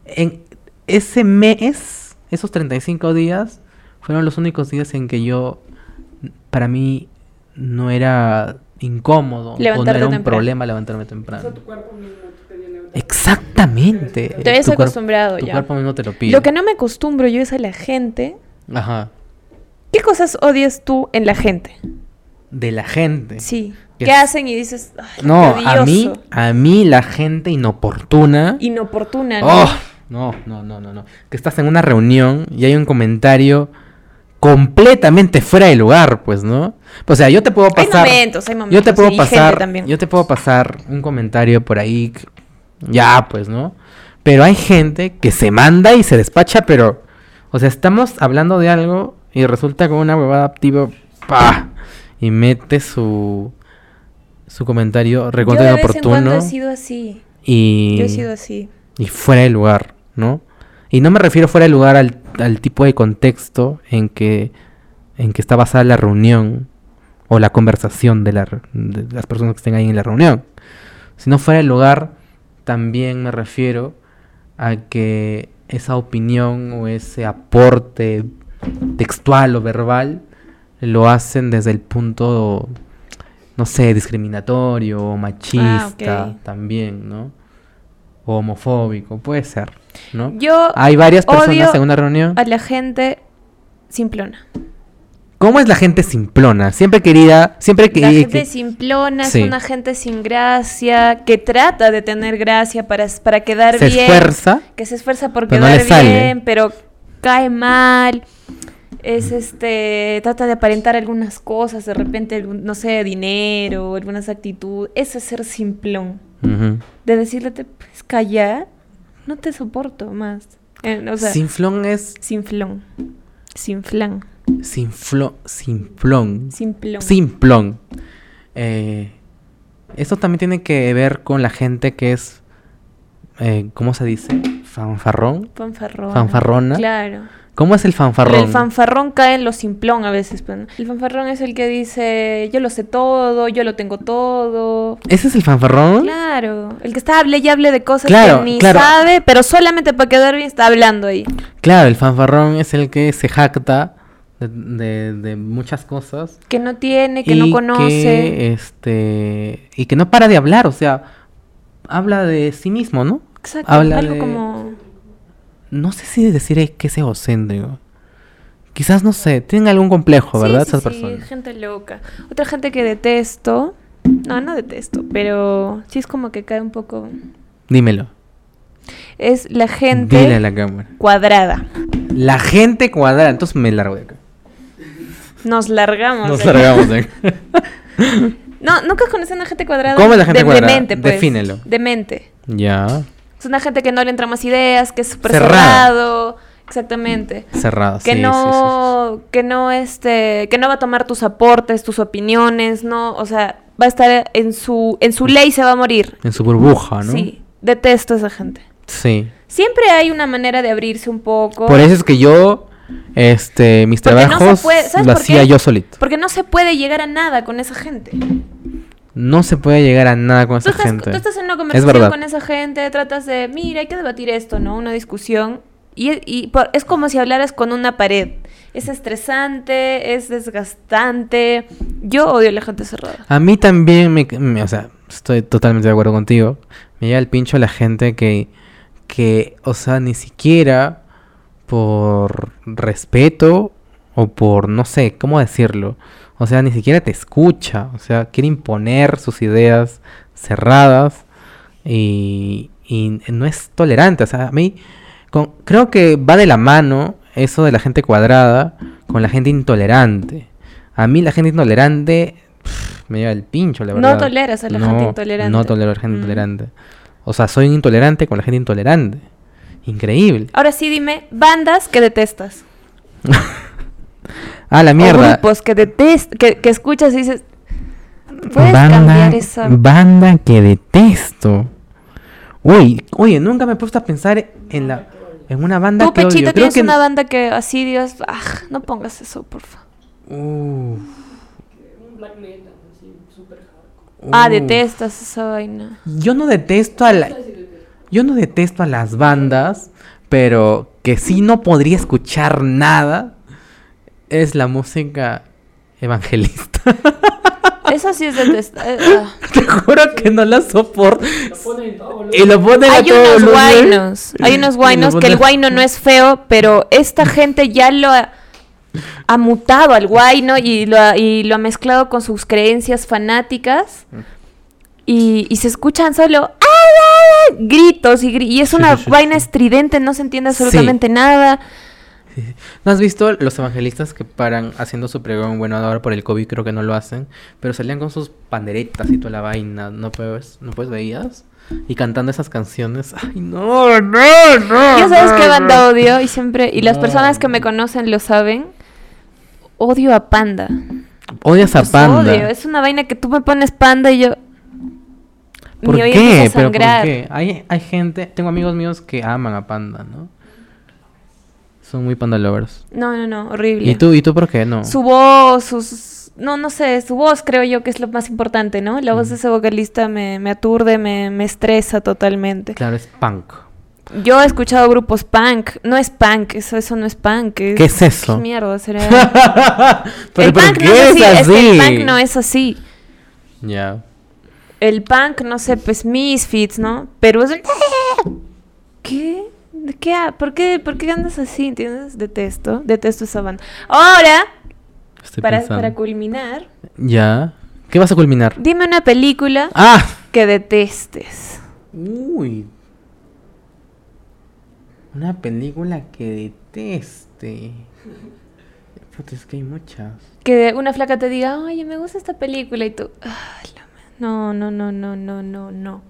A: en ese mes, esos 35 días, fueron los únicos días en que yo, para mí, no era incómodo o no
C: Levantarte
A: era un
C: temprano.
A: problema levantarme temprano. Exactamente.
C: Te habías
A: Tu cuerp-
C: acostumbrado
A: Tu
C: ya.
A: cuerpo mismo te lo pide.
C: Lo que no me acostumbro yo es a la gente.
A: Ajá.
C: ¿Qué cosas odias tú en la gente?
A: De la gente.
C: Sí.
A: ¿Qué
C: ¿Qué,
A: es?
C: hacen y dices, "Ay,
A: No,
C: qué
A: a mí,
C: odioso"?
A: a mí la gente inoportuna.
C: Inoportuna, ¿no?
A: Oh, no, no, no, no, no. Que estás en una reunión y hay un comentario completamente fuera de lugar, pues, ¿no? O sea, yo te puedo
C: hay
A: pasar.
C: momentos, hay momentos.
A: yo te puedo
C: y gente
A: pasar.
C: también.
A: Yo te puedo pasar un comentario por ahí. que- Ya, pues, ¿no? Pero hay gente que se manda y se despacha, pero. O sea, estamos hablando de algo y resulta con una huevada tipo. ¡Pah! Y mete su. Su comentario
C: Yo
A: recontra
C: de vez en cuando
A: inoportuno.
C: he sido así.
A: Y
C: Yo he sido así.
A: y fuera de lugar, ¿no? Y no me refiero fuera de lugar al, al tipo de contexto en que, en que está basada la reunión o la conversación de, la re- de las personas que estén ahí en la reunión, sino fuera de lugar también me refiero a que esa opinión o ese aporte textual o verbal lo hacen desde el punto, no sé, discriminatorio o machista
C: ok.
A: también, ¿no? O homofóbico, puede ser, ¿no?
C: Yo
A: Hay varias personas
C: odio
A: en una reunión.
C: a la gente simplona.
A: ¿Cómo es la gente simplona? Siempre querida, siempre que...
C: La gente
A: que-
C: simplona
A: Sí.
C: es una gente sin gracia, que trata de tener gracia para, para quedar
A: se
C: bien.
A: esfuerza.
C: Que se esfuerza por
A: Pero no
C: quedar
A: le sale.
C: bien, pero cae mal. Es este, trata de aparentar algunas cosas, de repente, algún- no sé, dinero, algunas actitudes. Eso es ser simplón.
A: Ujú.
C: De decirle, te puedes callar, no te soporto más. Eh, o sea,
A: Sinflón es...
C: Sinflón. Sinflán.
A: Sinflo, simplón.
C: Simplón.
A: Simplón. Eh, esto también tiene que ver con la gente que es... eh, ¿Cómo se dice? Fanfarrón.
C: Fanfarrona.
A: Fanfarrona.
C: Claro.
A: ¿Cómo es el fanfarrón?
C: El fanfarrón cae en lo simplón a veces. pues, ¿no? El fanfarrón es el que dice, yo lo sé todo, yo lo tengo todo.
A: ¿Ese es el fanfarrón?
C: Claro, el que está hable y hable de cosas
A: Claro,
C: que ni
A: claro.
C: sabe, pero solamente para quedar bien está hablando ahí.
A: Claro, el fanfarrón es el que se jacta de, de- de muchas cosas.
C: Que no tiene, que no
A: y eh,
C: conoce.
A: que, este, y que no para de hablar, o sea, habla de sí mismo, ¿no?
C: Exacto,
A: habla
C: algo
A: de-
C: como...
A: No sé si decir es que es egocéntrico. Quizás, no sé, tienen algún complejo, ¿verdad?
C: Sí, sí,
A: Esas
C: sí,
A: personas.
C: gente loca. Otra gente que detesto. No, no detesto, pero sí es como que cae un poco.
A: Dímelo.
C: Es la gente
A: Dile a la cámara.
C: cuadrada.
A: La gente cuadrada, entonces me largo de acá.
C: Nos largamos.
A: Nos
C: de-
A: largamos de acá.
C: No, nunca conocen a gente cuadrada.
A: ¿Cómo es la gente
C: De-
A: cuadrada?
C: Demente, pues.
A: Defínelo.
C: Demente.
A: ya.
C: Es una gente que no le entran más ideas, que es súper
A: Cerrada.
C: cerrado. Exactamente.
A: Cerrado.
C: que
A: sí, sí, sí, sí.
C: no que no este que no va a tomar tus aportes tus opiniones no o sea va a estar en su en su ley se va a morir
A: En su burbuja, Ah, ¿no?
C: sí detesto a esa gente
A: Sí.
C: siempre hay una manera de abrirse un poco
A: Por eso es que yo, este, mis
C: Porque no se
A: trabajos
C: puede- ¿sabes
A: lo
C: por qué?
A: hacía yo solito.
C: porque no se puede llegar a nada con esa gente.
A: No se puede llegar a nada con
C: Tú
A: esa
C: estás,
A: gente.
C: tú estás en una
A: es
C: conversación
A: verdad.
C: con esa gente, tratas de, mira, hay que debatir esto, ¿no? Una discusión. Y, y por- es como si hablaras con una pared. Es estresante, es desgastante. Yo odio a la gente cerrada.
A: A mí también me, me- o sea, estoy totalmente de acuerdo contigo. Me llega el pincho la gente que que, o sea, ni siquiera por respeto o por no sé cómo decirlo. O sea, ni siquiera te escucha, o sea, quiere imponer sus ideas cerradas y, y no es tolerante, o sea, a mí con- creo que va de la mano eso de la gente cuadrada con la gente intolerante. A mí la gente intolerante pff, me lleva el pincho, la
C: No
A: verdad.
C: toleras a la gente intolerante.
A: No tolero a la gente
C: Mm.
A: intolerante. O sea, soy un intolerante con la gente intolerante. Increíble.
C: Ahora sí, dime, bandas que detestas.
A: Ah, la
C: O
A: mierda.
C: grupos que detestas, que, que escuchas y dices, ¿puedes
A: Banda,
C: cambiar esa?
A: banda que detesto. Uy, oye, nunca me he puesto a pensar en la en una banda
C: Tú,
A: que
C: Pechito,
A: odio. Creo
C: tienes
A: que
C: una banda que así digas, "Aj, no pongas eso, por favor.
A: Uf,
C: Ah,
A: uf.
C: detestas esa vaina.
A: Yo no detesto a la- Yo no detesto a las bandas, pero que sí no podría escuchar nada es la música evangelista.
C: Eso sí es eh, ah. detestable.
A: Te juro que no la soporto. Y lo ponen a
C: Hay
A: todo
C: unos
A: volumen.
C: guainos, hay unos
A: Y lo
C: guainos que el
A: ponen-
C: guaino no es feo, pero esta gente ya lo ha, ha mutado al guaino y lo, ha, y lo ha mezclado con sus creencias fanáticas
A: Mm.
C: y, y se escuchan solo "Ah, ah, ah", gritos y, gri- y es
A: Sí,
C: una
A: sí, sí,
C: vaina
A: sí.
C: estridente, no se entiende
A: Sí.
C: absolutamente nada.
A: ¿No has visto los evangelistas que paran haciendo su pregón? Bueno, ahora por el COVID creo que no lo hacen, pero salían con sus panderetas y toda la vaina, ¿no puedes, no puedes veías? Y cantando esas canciones. Ay, no, no, no.
C: Yo sabes
A: no,
C: que banda
A: no.
C: odio y siempre, y las
A: No.
C: personas que me conocen lo saben, odio a Panda.
A: Odias a
C: Los
A: Panda.
C: odio, es una vaina que tú me pones Panda y yo... mi
A: ¿Por
C: oído
A: qué?
C: empieza a
A: ¿Pero por
C: sangrar.
A: qué? Hay, hay gente, tengo amigos míos que aman a Panda, ¿no? Son muy panda lovers.
C: No, no, no, horrible.
A: ¿Y tú, ¿Y tú por qué no?
C: Su voz, sus... No, no sé, su voz creo yo que es lo más importante, ¿no? La voz de ese vocalista me, me aturde, me, me estresa totalmente.
A: Claro, es punk.
C: Yo he escuchado grupos punk, no es punk, eso, eso no es punk. es-
A: ¿Qué es eso?
C: ¿Qué mierda será?
A: ¿Pero
C: el
A: por
C: punk
A: qué
C: no
A: es
C: es así, es que
A: así?
C: el punk no es así.
A: Ya.
C: El punk, no sé, pues Misfits, ¿no? Pero es el... ¿Qué? ¿De qué? ha- ¿Por qué, ¿Por qué andas así? ¿Entiendes? Detesto, detesto esa banda. Ahora,
A: Estoy
C: para,
A: pensando.
C: para culminar,
A: Ya. ¿Qué vas a culminar?
C: dime una película
A: ¡Ah!
C: que detestes.
A: Uy. Una película que deteste. Puta, es que hay muchas.
C: Que una flaca te diga, oye, me gusta esta película y tú... "Ay, la ma- No, no, no, no, no, no, no.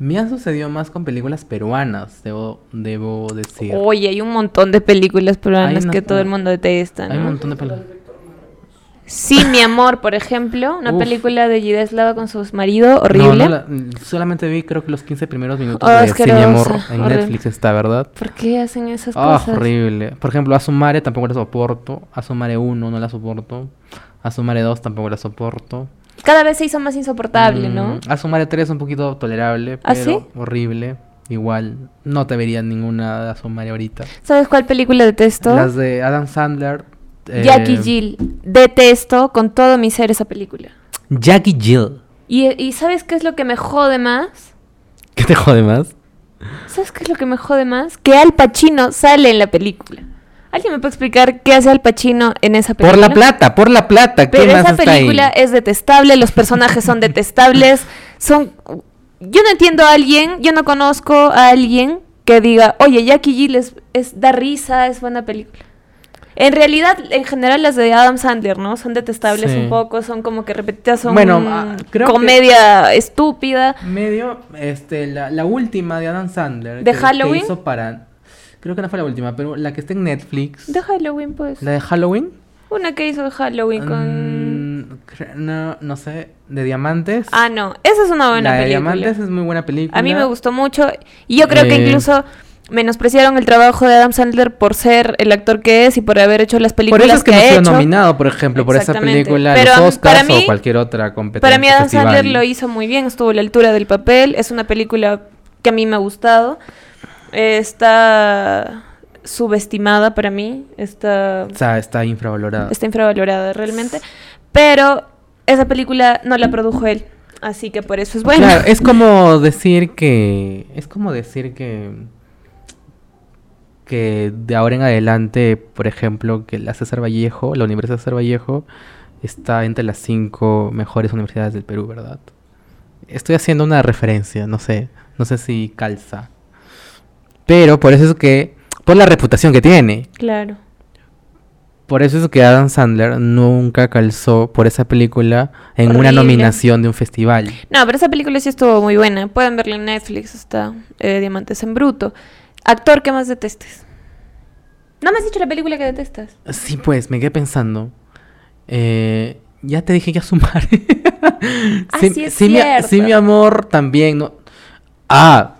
A: Me ha sucedido más con películas peruanas, debo, debo decir.
C: Oye, hay un montón de películas peruanas
A: una-
C: que todo el mundo detesta,
A: hay un
C: ¿no?
A: montón de películas.
C: Sí, mi amor, por ejemplo, una
A: Uf.
C: película de Gideslava con su marido, horrible.
A: No, no la- mm, solamente vi creo que los 15 primeros minutos
C: Oh,
A: de Sí, mi
C: asquerosa,
A: amor en
C: horrible.
A: Netflix está, ¿verdad?
C: ¿Por qué hacen esas
A: Ah,
C: cosas?
A: horrible. Por ejemplo, Asumare tampoco la soporto. Asumare 1 no la soporto. Asumare 2 tampoco la soporto.
C: Cada vez se hizo más insoportable, ¿no?
A: Mm, Asumare 3 un poquito tolerable,
C: ¿Ah,
A: pero
C: sí?
A: horrible. Igual, no te vería ninguna de Asumare ahorita.
C: ¿Sabes cuál película detesto?
A: Las de Adam Sandler. eh,
C: Jackie Jill. Detesto con todo mi ser esa película.
A: Jackie Jill.
C: Y, y ¿sabes qué es lo que me jode más?
A: ¿Qué te jode más?
C: ¿Sabes qué es lo que me jode más? Que Al Pacino sale en la película. ¿Alguien me puede explicar qué hace Al Pacino en esa
A: Por
C: película?
A: la plata, por la plata. ¿Qué
C: Pero
A: más
C: esa
A: está ahí?
C: película es detestable, los personajes son detestables, son... Yo no entiendo a alguien, yo no conozco a alguien que diga, oye, Jackie Jill es, es- da risa, es buena película. En realidad, en general, las de Adam Sandler, ¿no? Son detestables
A: Sí.
C: un poco, son como que repetidas, son
A: Bueno, ah, creo que-
C: comedia estúpida.
A: Medio, este, la, la última de Adam Sandler.
C: ¿De
A: que- que
C: Halloween?
A: hizo para... Creo que no fue la última, pero la que está en Netflix.
C: De Halloween, pues.
A: ¿La de Halloween?
C: Una que hizo de Halloween con...
A: Mm, cre- no, no sé, de Diamantes.
C: Ah, no, esa es una buena
A: la de
C: película.
A: Diamantes es muy buena película.
C: A mí me gustó mucho y yo creo que
A: Eh.
C: incluso menospreciaron el trabajo de Adam Sandler por ser el actor que es y por haber hecho las
A: Por
C: películas
A: eso es que,
C: que
A: no
C: ha
A: sido
C: hecho.
A: nominado, por ejemplo, por esa
C: Exactamente.
A: película,
C: Pero a mí-
A: los
C: para
A: Oscars
C: mí-
A: o cualquier otra competencia.
C: Para mí Adam
A: festival.
C: Sandler lo hizo muy bien, estuvo a la altura del papel, es una película que a mí me ha gustado. Eh, está subestimada para mí, está
A: O sea, está infravalorado.
C: está infravalorada realmente, pero esa película no la produjo él, así que por eso es buena.
A: Claro, es como decir que. Es como decir que. Que de ahora en adelante, por ejemplo, que la César Vallejo, la Universidad César Vallejo, está entre las cinco mejores universidades del Perú, ¿verdad? Estoy haciendo una referencia, no sé. No sé si calza. Pero por eso es que. Por la reputación que tiene.
C: Claro.
A: Por eso es que Adam Sandler nunca calzó por esa película en una
C: Horrible.
A: nominación de un festival.
C: No, pero esa película sí estuvo muy buena. Pueden verla en Netflix, está eh, Diamantes en Bruto. Actor que más detestes. No me has dicho la película que detestas.
A: Sí, pues, me quedé pensando. Eh, ya te dije que a sumar.
C: Ah,
A: sí,
C: sí es
A: sí, mi, sí, mi
C: cierto.
A: amor, también. No. Ah,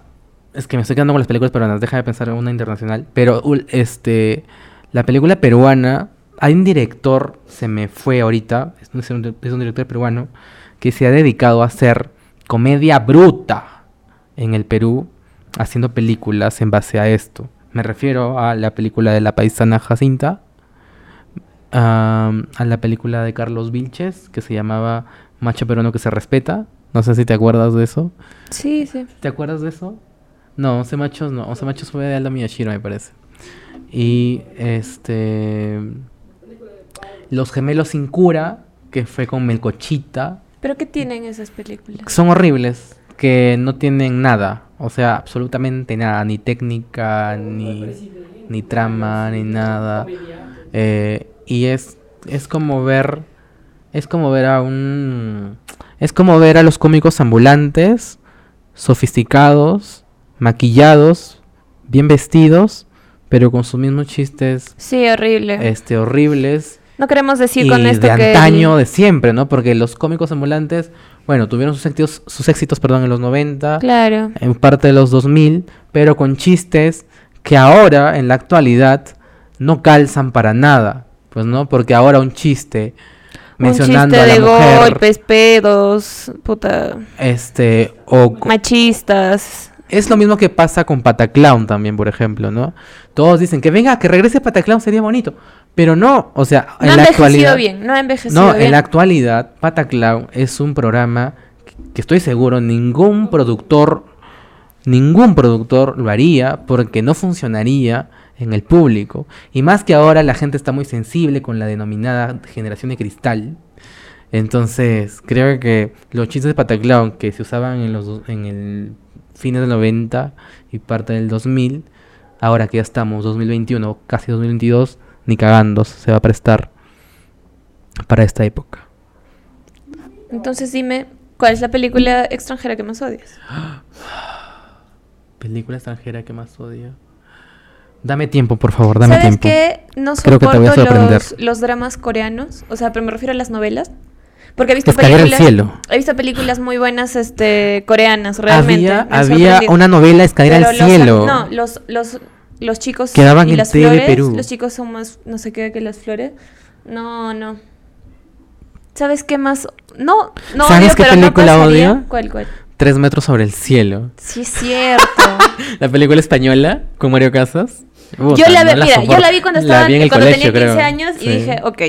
A: es que me estoy quedando con las películas peruanas. Déjame pensar en una internacional. Pero, ul- este, la película peruana. Hay un director, se me fue ahorita. Es un, es un- es un director peruano que se ha dedicado a hacer comedia bruta en el Perú, haciendo películas en base a esto. Me refiero a la película de la paisana Jacinta am, a la película de Carlos Vilches que se llamaba Macho Peruano que se respeta. No sé si te acuerdas de eso.
C: Sí, sí.
A: ¿Te acuerdas de eso? No, Once Machos no. Once Machos fue de Alda Miyashiro, me parece. Y este. Los gemelos sin cura, que fue con Melcochita.
C: ¿Pero qué tienen esas películas?
A: Son horribles, que no tienen nada. O sea, absolutamente nada. Ni técnica, ni, ni trama, ni nada. Eh, y es, es como ver. Es como ver a un. Es como ver a los cómicos ambulantes, sofisticados, maquillados, bien vestidos, pero con sus mismos chistes
C: Sí, horrible.
A: este, horribles
C: no queremos decir
A: y
C: con esto
A: de
C: que... el-
A: antaño, de siempre, ¿no? Porque los cómicos ambulantes, bueno, tuvieron sus éxitos, sus éxitos perdón, en los 90,
C: Claro.
A: en parte de los 2000, pero con chistes que ahora, en la actualidad, no calzan para nada, pues, ¿no? Porque ahora un chiste mencionando
C: Un chiste
A: a
C: de
A: la mujer,
C: golpes, pedos, puta...
A: este, o co-
C: Machistas.
A: es lo mismo que pasa con Pataclown también, por ejemplo, ¿no? Todos dicen que venga, que regrese Pataclown sería bonito, pero no, o sea,
C: No ha
A: en la
C: envejecido
A: actualidad...
C: bien, no ha envejecido
A: No,
C: bien.
A: en la actualidad, Pataclown es un programa que estoy seguro ningún productor, ningún productor lo haría porque no funcionaría en el público. Y más que ahora la gente está muy sensible con la denominada generación de cristal. Entonces, creo que los chistes de Pataclown que se usaban en los do- en el fines del 90 y parte del 2000, ahora que ya estamos 2021, casi 2022, ni cagando se va a prestar para esta época.
C: Entonces dime, ¿cuál es la película extranjera que más odias?
A: Película extranjera que más odio. Dame tiempo, por favor, dame
C: ¿Sabes
A: tiempo.
C: qué? No
A: Creo que te
C: soporto
A: voy a sorprender.
C: los, los dramas coreanos, o sea, pero me refiero a las novelas. Porque he visto
A: Descargar el
C: películas,
A: cielo.
C: he visto películas muy buenas este coreanas, realmente.
A: había
C: me han
A: había
C: sorprendido.
A: una novela Escalera al
C: Pero los-
A: cielo.
C: No, los, los, los chicos
A: Que daban
C: y
A: en
C: las
A: TV
C: flores,
A: Perú.
C: Los chicos son más, no sé qué, que las flores. No, no. ¿Sabes qué más? No, no
A: ¿Sabes
C: odio,
A: qué
C: pero no
A: película
C: pasaría.
A: odio?
C: ¿Cuál, cuál?
A: Tres metros sobre el cielo.
C: Sí es cierto.
A: La película española con Mario Casas.
C: yo
A: Puta,
C: la, ve-
A: no
C: mira, yo
A: soporto.
C: la vi cuando
A: La
C: estaba
A: vi en el
C: cuando
A: colegio,
C: tenía 15
A: creo.
C: años y
A: Sí,
C: dije, ok,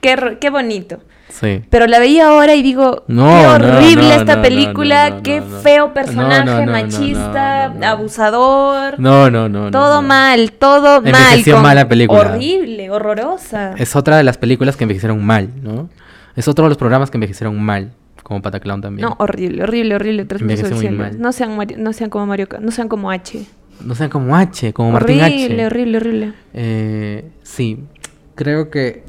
C: qué, ro- qué bonito.
A: Sí.
C: Pero la veía ahora y digo,
A: No,
C: qué
A: no,
C: horrible
A: no, no,
C: esta
A: no,
C: película,
A: no, no,
C: qué
A: no, no. No,
C: feo
A: no,
C: personaje
A: no, no, no,
C: machista,
A: no, no.
C: abusador.
A: No, no, no. no,
C: todo
A: no.
C: mal, todo mal.
A: Envejeció mal la película.
C: Horrible, horrorosa.
A: Es otra de las películas que envejecieron mal, ¿no? Es otro de los programas que envejecieron mal, como Pataclown también.
C: No, horrible, horrible, horrible. Tres
A: Envejeció
C: Metros al
A: muy
C: Cielo.
A: mal.
C: No sean, Mari- no sean como Mario, Ca- no sean como H.
A: No sean como H, como
C: horrible,
A: Martín H.
C: horrible, horrible.
A: Eh, sí, creo que...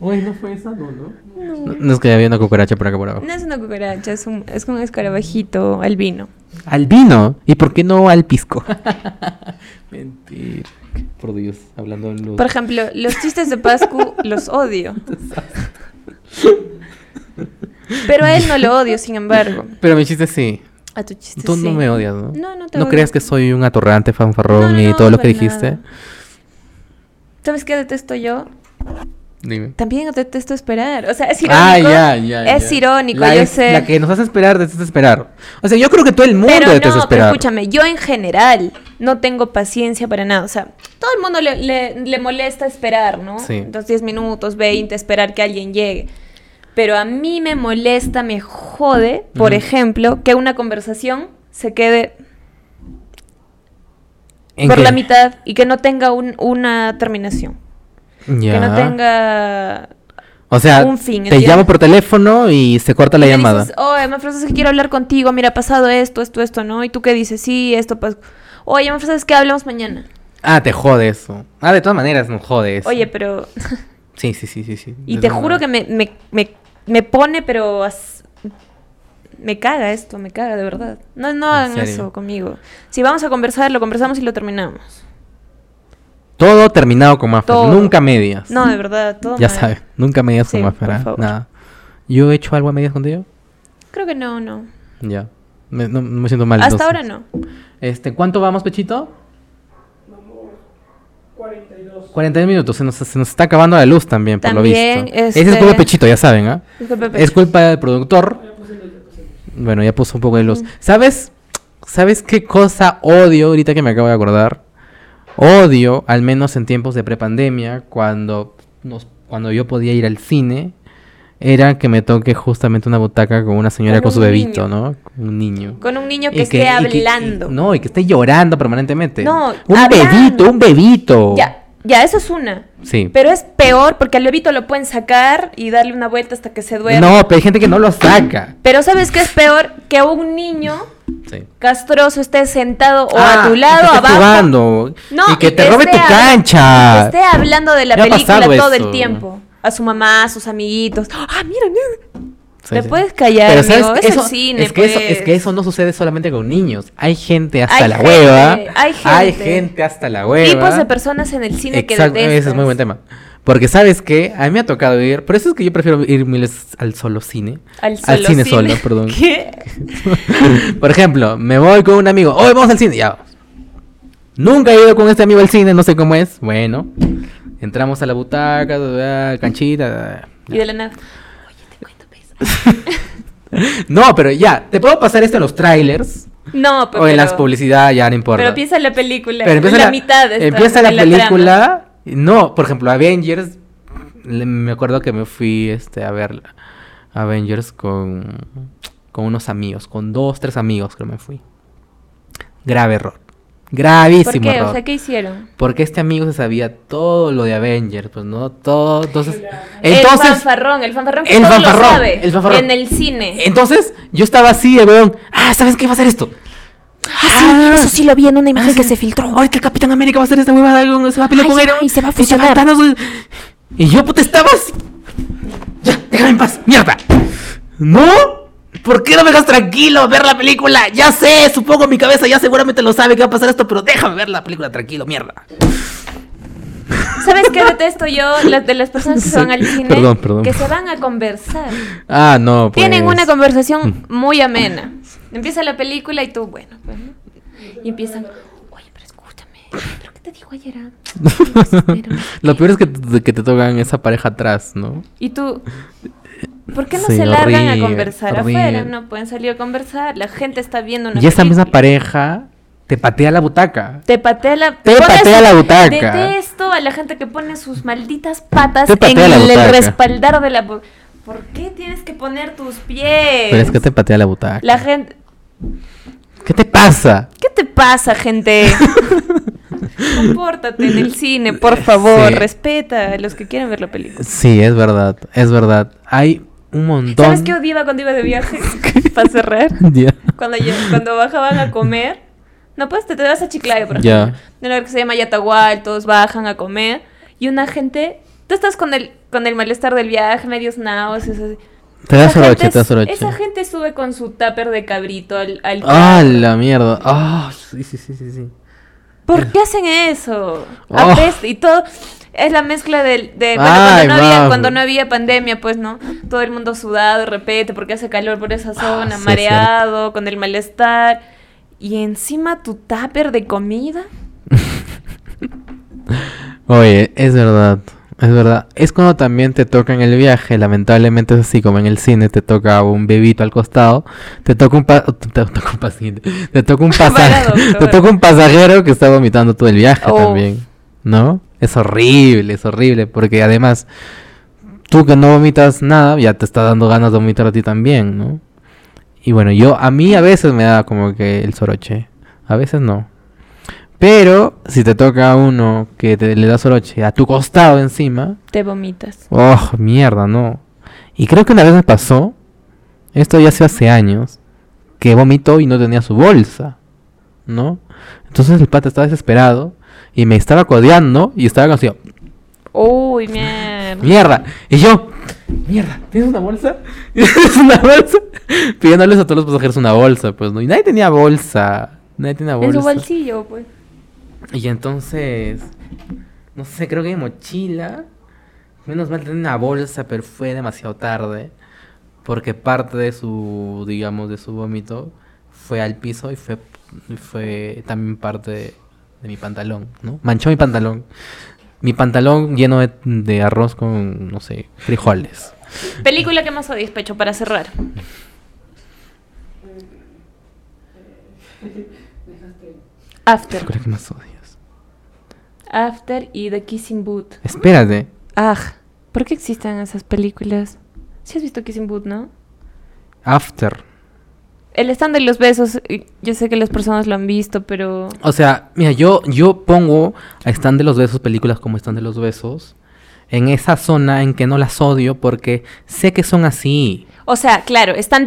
A: Uy, ¡Ah! no fue esa, no, ¿no? No, es que había una cucaracha por acá por abajo.
C: No es una cucaracha, es un, es un escarabajito albino.
A: Al vino. ¿Y por qué no al pisco? Mentira. Por Dios, hablando en luz.
C: Por ejemplo, los chistes de Pascu los odio. Pero a él no lo odio, sin embargo.
A: Pero mi chiste sí.
C: A tu chiste
A: Tú no
C: sí.
A: me odias, ¿no?
C: No, no te
A: No
C: odio.
A: creas que soy un atorrante,
C: No,
A: fanfarrón
C: no,
A: y
C: no,
A: todo lo que
C: para
A: dijiste.
C: nada. ¿Sabes qué detesto yo?
A: Dime.
C: También detesto esperar. O sea, es irónico.
A: Ah, ya, ya,
C: es
A: ya.
C: irónico,
A: La
C: yo
A: es-
C: sé.
A: La que nos hace esperar, desesperar. O sea, yo creo que todo el mundo
C: Pero no,
A: detesta
C: pero
A: esperar.
C: escúchame, yo en general no tengo paciencia para nada. O sea, todo el mundo le, le- le molesta esperar, ¿no?
A: Sí.
C: Entonces 10 minutos, 20, esperar que alguien llegue. Pero a mí me molesta, me jode, por
A: Ujú.
C: ejemplo, que una conversación se quede
A: ¿En
C: por
A: qué?
C: la mitad y que no tenga un- una terminación.
A: Ya.
C: Que no tenga...
A: O sea,
C: un fin,
A: te
C: ¿entiendes?
A: llamo por teléfono y se corta la
C: y me
A: llamada.
C: Dices, "Oh". Oye, Mafra, es que quiero hablar contigo. Mira, ha pasado esto, esto, esto, ¿no? Y tú qué dices, sí, esto pasó. Oye, Mafra, es que hablamos mañana.
A: Ah, te jode eso. Ah, de todas maneras, no jode eso.
C: Oye, pero...
A: Sí, sí, sí, sí. sí.
C: Y
A: De
C: te
A: todas
C: juro que
A: maneras.
C: me, me, me, me pone, pero as- me caga esto, me caga de verdad. No, no
A: ¿En
C: hagan
A: serio?
C: eso conmigo. Si vamos a conversar, lo conversamos y lo terminamos.
A: Todo terminado con Mafra.
C: Todo.
A: Nunca medias.
C: No, de verdad, todo
A: Ah, Ya
C: mal.
A: sabes, nunca medias con
C: Sí,
A: Mafra.
C: por
A: ¿ah?
C: favor.
A: Nada. ¿Yo he hecho algo a medias contigo?
C: Creo que no, no.
A: Ya. Me, no, no me siento mal.
C: Hasta
A: entonces.
C: ahora no.
A: Este, ¿cuánto vamos, Pechito? 42 minutos, se nos, se nos está acabando la luz también, por lo
C: También,
A: visto.
C: este-
A: Ese es culpa de Pechito, ya saben, ¿ah?
C: Disculpe, Pepe.
A: Es culpa del productor. Bueno, ya puso un poco de luz. ¿Sabes? ¿Sabes qué cosa odio ahorita que me acabo de acordar? Odio, al menos en tiempos de prepandemia, cuando, nos, cuando yo podía ir al cine, era que me toque justamente una butaca con una señora
C: Con
A: con, su
C: un
A: bebito,
C: niño.
A: ¿no? Un niño.
C: Con un niño que
A: Y
C: esté
A: y que- y-
C: hablando.
A: no, y que esté llorando permanentemente.
C: No,
A: un
C: hablando.
A: bebito, un bebito.
C: Ya, ya, eso es una.
A: Sí.
C: Pero es peor porque al lobito lo pueden sacar y darle una vuelta hasta que se duerma.
A: no, pero hay gente que no lo saca.
C: Pero ¿sabes qué es peor? Que un niño
A: Sí.
C: castroso esté sentado o
A: Ah,
C: a tu
A: y
C: lado,
A: que esté
C: abajo.
A: jugando.
C: No,
A: y que
C: y
A: te
C: que
A: robe tu
C: sea-
A: cancha.
C: Que esté hablando de la
A: Me ha
C: película
A: pasado
C: todo
A: eso.
C: el tiempo. A su mamá, a sus amiguitos. Ah, mira, mira.
A: Sí,
C: Te
A: sí.
C: puedes callar,
A: Pero
C: amigo,
A: ¿sabes?
C: es el
A: Eso-
C: cine,
A: es que eso, es
C: pues.
A: que eso no sucede solamente con niños. Hay gente hasta
C: Hay
A: la
C: gente,
A: hueva.
C: hay gente.
A: gente hasta la hueva.
C: Tipos de personas en el cine
A: Exacto,
C: que detestas.
A: ese es muy buen tema. Porque sabes que a mí me ha tocado ir, por eso es que yo prefiero ir mil veces al solo cine.
C: Al,
A: al
C: solo
A: cine solo, perdón.
C: ¿Qué?
A: Por ejemplo, me voy con un amigo. Hoy vamos al cine. Ya. Nunca he ido con este amigo al cine, no sé cómo es. Bueno, entramos a la butaca, ah, canchita. ah.
C: Y de la nada. Oye, te cuento, pues.
A: No, pero ya, te puedo pasar esto en los trailers
C: No, pues, pero.
A: o en las publicidades, ya no importa.
C: Pero empieza la película.
A: Pero empieza
C: la, mitad. está
A: empieza la
C: en trama.
A: película. y No, por ejemplo, Avengers. le- Me acuerdo que me fui este, a ver Avengers con, con unos amigos, con dos, tres amigos que me fui. Grave error. Gravísimo
C: ¿Por qué?
A: error.
C: O sea, ¿qué hicieron?
A: Porque este amigo se sabía todo lo de Avengers, pues no todo. Entonces,
C: el
A: entonces,
C: fanfarrón, el fanfarrón que
A: El
C: todo lo
A: fanfarrón,
C: sabe.
A: el fanfarrón.
C: En el cine.
A: entonces yo estaba así, de weón. Ah, ¿sabes qué va a hacer esto?
D: Ah, sí,
A: Ah,
D: eso sí lo vi en una imagen
A: ah,
D: que
A: sí.
D: se filtró.
A: Ahorita el Capitán América va a hacer esta huevada, algo, se va a pelear
D: Ay,
A: con
D: ya,
A: Iron Man,
D: y se va a
A: se
D: fusionar.
A: Thanos, y yo, puta, estabas. Ya, déjame en paz, mierda. No,
E: ¿Por qué no me dejas tranquilo ver la película? Ya sé, supongo en mi cabeza ya seguramente lo sabe que va a pasar esto, pero déjame ver la película tranquilo, mierda.
C: ¿Sabes qué detesto yo las de las personas que se van al cine?
A: Perdón, perdón.
C: Que se van a conversar.
A: Ah, no, pues. mm.
C: Tienen una conversación muy amena. Empieza la película y tú, bueno, pues, ¿no? Y empiezan, oye, pero escúchame, ¿pero qué te dijo ayer? ah? Ay, no,
A: Lo peor es que, t- que te tocan esa pareja atrás, ¿no?
C: Y tú, ¿por qué no
A: Sí,
C: se largan
A: horrible,
C: a conversar
A: horrible.
C: afuera? No pueden salir a conversar, la gente está viendo una
A: Y esa misma
C: película.
A: pareja te patea la butaca.
C: Te patea la,
A: Te
C: pones-
A: patea la butaca.
C: Detesto a la gente que pone sus malditas patas
A: Te
C: en
A: patea la butaca.
C: el respaldar de la. bu- ¿Por qué tienes que poner tus pies?
A: Pero es que te patea la butaca.
C: La gente.
A: ¿Qué te pasa?
C: ¿Qué te pasa, gente? Compórtate en el cine, por favor.
A: Sí.
C: Respeta a los que quieren ver la película.
A: Sí, es verdad, es verdad. Hay un montón.
C: ¿Sabes qué odiaba cuando iba de viaje? Para cerrar.
A: Ya.
C: Cuando, lle- cuando bajaban a comer. No, pues te, te vas a Chiclayo, por
A: Ya.
C: ejemplo. De lugar que se llama Yatahual, todos bajan a comer. Y una gente. Tú estás con el, con el malestar del viaje, medios náuseas. así.
A: Te das
C: Esa
A: oroche,
C: gente
A: te das
C: es-
A: oroche.
C: Esa gente sube con su tupper de cabrito al. al
A: ¡Ah,
C: carro.
A: la mierda! ¡Ah! sí, sí, sí, sí, sí.
C: ¿Por qué hacen eso?
A: Eh. Oh.
C: Apesta y todo. Es la mezcla del- de, bueno,
A: Ay,
C: cuando, no había,
A: vamos.
C: cuando no había pandemia, pues no. Todo el mundo sudado, de repente, porque hace calor por esa zona,
A: Ah, sí, es
C: mareado, con el malestar. Y encima tu tupper de comida.
A: Oye, es verdad, es verdad. Es cuando también te toca en el viaje, lamentablemente es así como en el cine, te toca un bebito al costado, te toca un, pa- te toca un paciente, te toca un, pasa-
C: Paradójico,
A: te toca un pasajero que está vomitando todo el viaje
C: Oh.
A: también, ¿no? Es horrible, es horrible, porque además tú que no vomitas nada, ya te está dando ganas de vomitar a ti también, ¿no? Y bueno, yo a mí a veces me da como que el soroche, a veces no. Pero si te toca a uno que te, le da soroche a tu costado encima,
C: Te vomitas.
A: oh, mierda, no. Y creo que una vez me pasó, esto ya hace hace años, que vomitó y no tenía su bolsa, ¿no? Entonces el pata estaba desesperado y me estaba codeando y estaba consigo,
C: Uy, mierda.
A: mierda. Y yo, mierda, ¿tienes una bolsa? ¿Tienes una bolsa? Pidiéndoles a todos los pasajeros una bolsa, pues, ¿no? Y nadie tenía bolsa. Nadie tenía bolsa.
C: En su bolsillo, pues.
A: Y entonces, no sé, creo que mi mochila. Menos mal tenía una bolsa, pero fue demasiado tarde. Porque parte de su, digamos, de su vómito fue al piso y fue, y fue también parte de, de mi pantalón, ¿no? Manchó mi pantalón. Mi pantalón lleno de, de arroz con, no sé, frijoles.
C: Película que más odias, Pecho, para cerrar. After.
A: Creo que más odias.
C: After y The Kissing Booth.
A: Espérate.
C: Ah, ¿por qué existen esas películas? Si has visto Kissing Booth, ¿no?
A: After.
C: El stand de los besos, y yo sé que las personas lo han visto, pero...
A: O sea, mira, yo, yo pongo a Stand de los Besos, películas como Stand de los Besos, en esa zona en que no las odio porque sé que son así.
C: O sea, claro, están
A: Es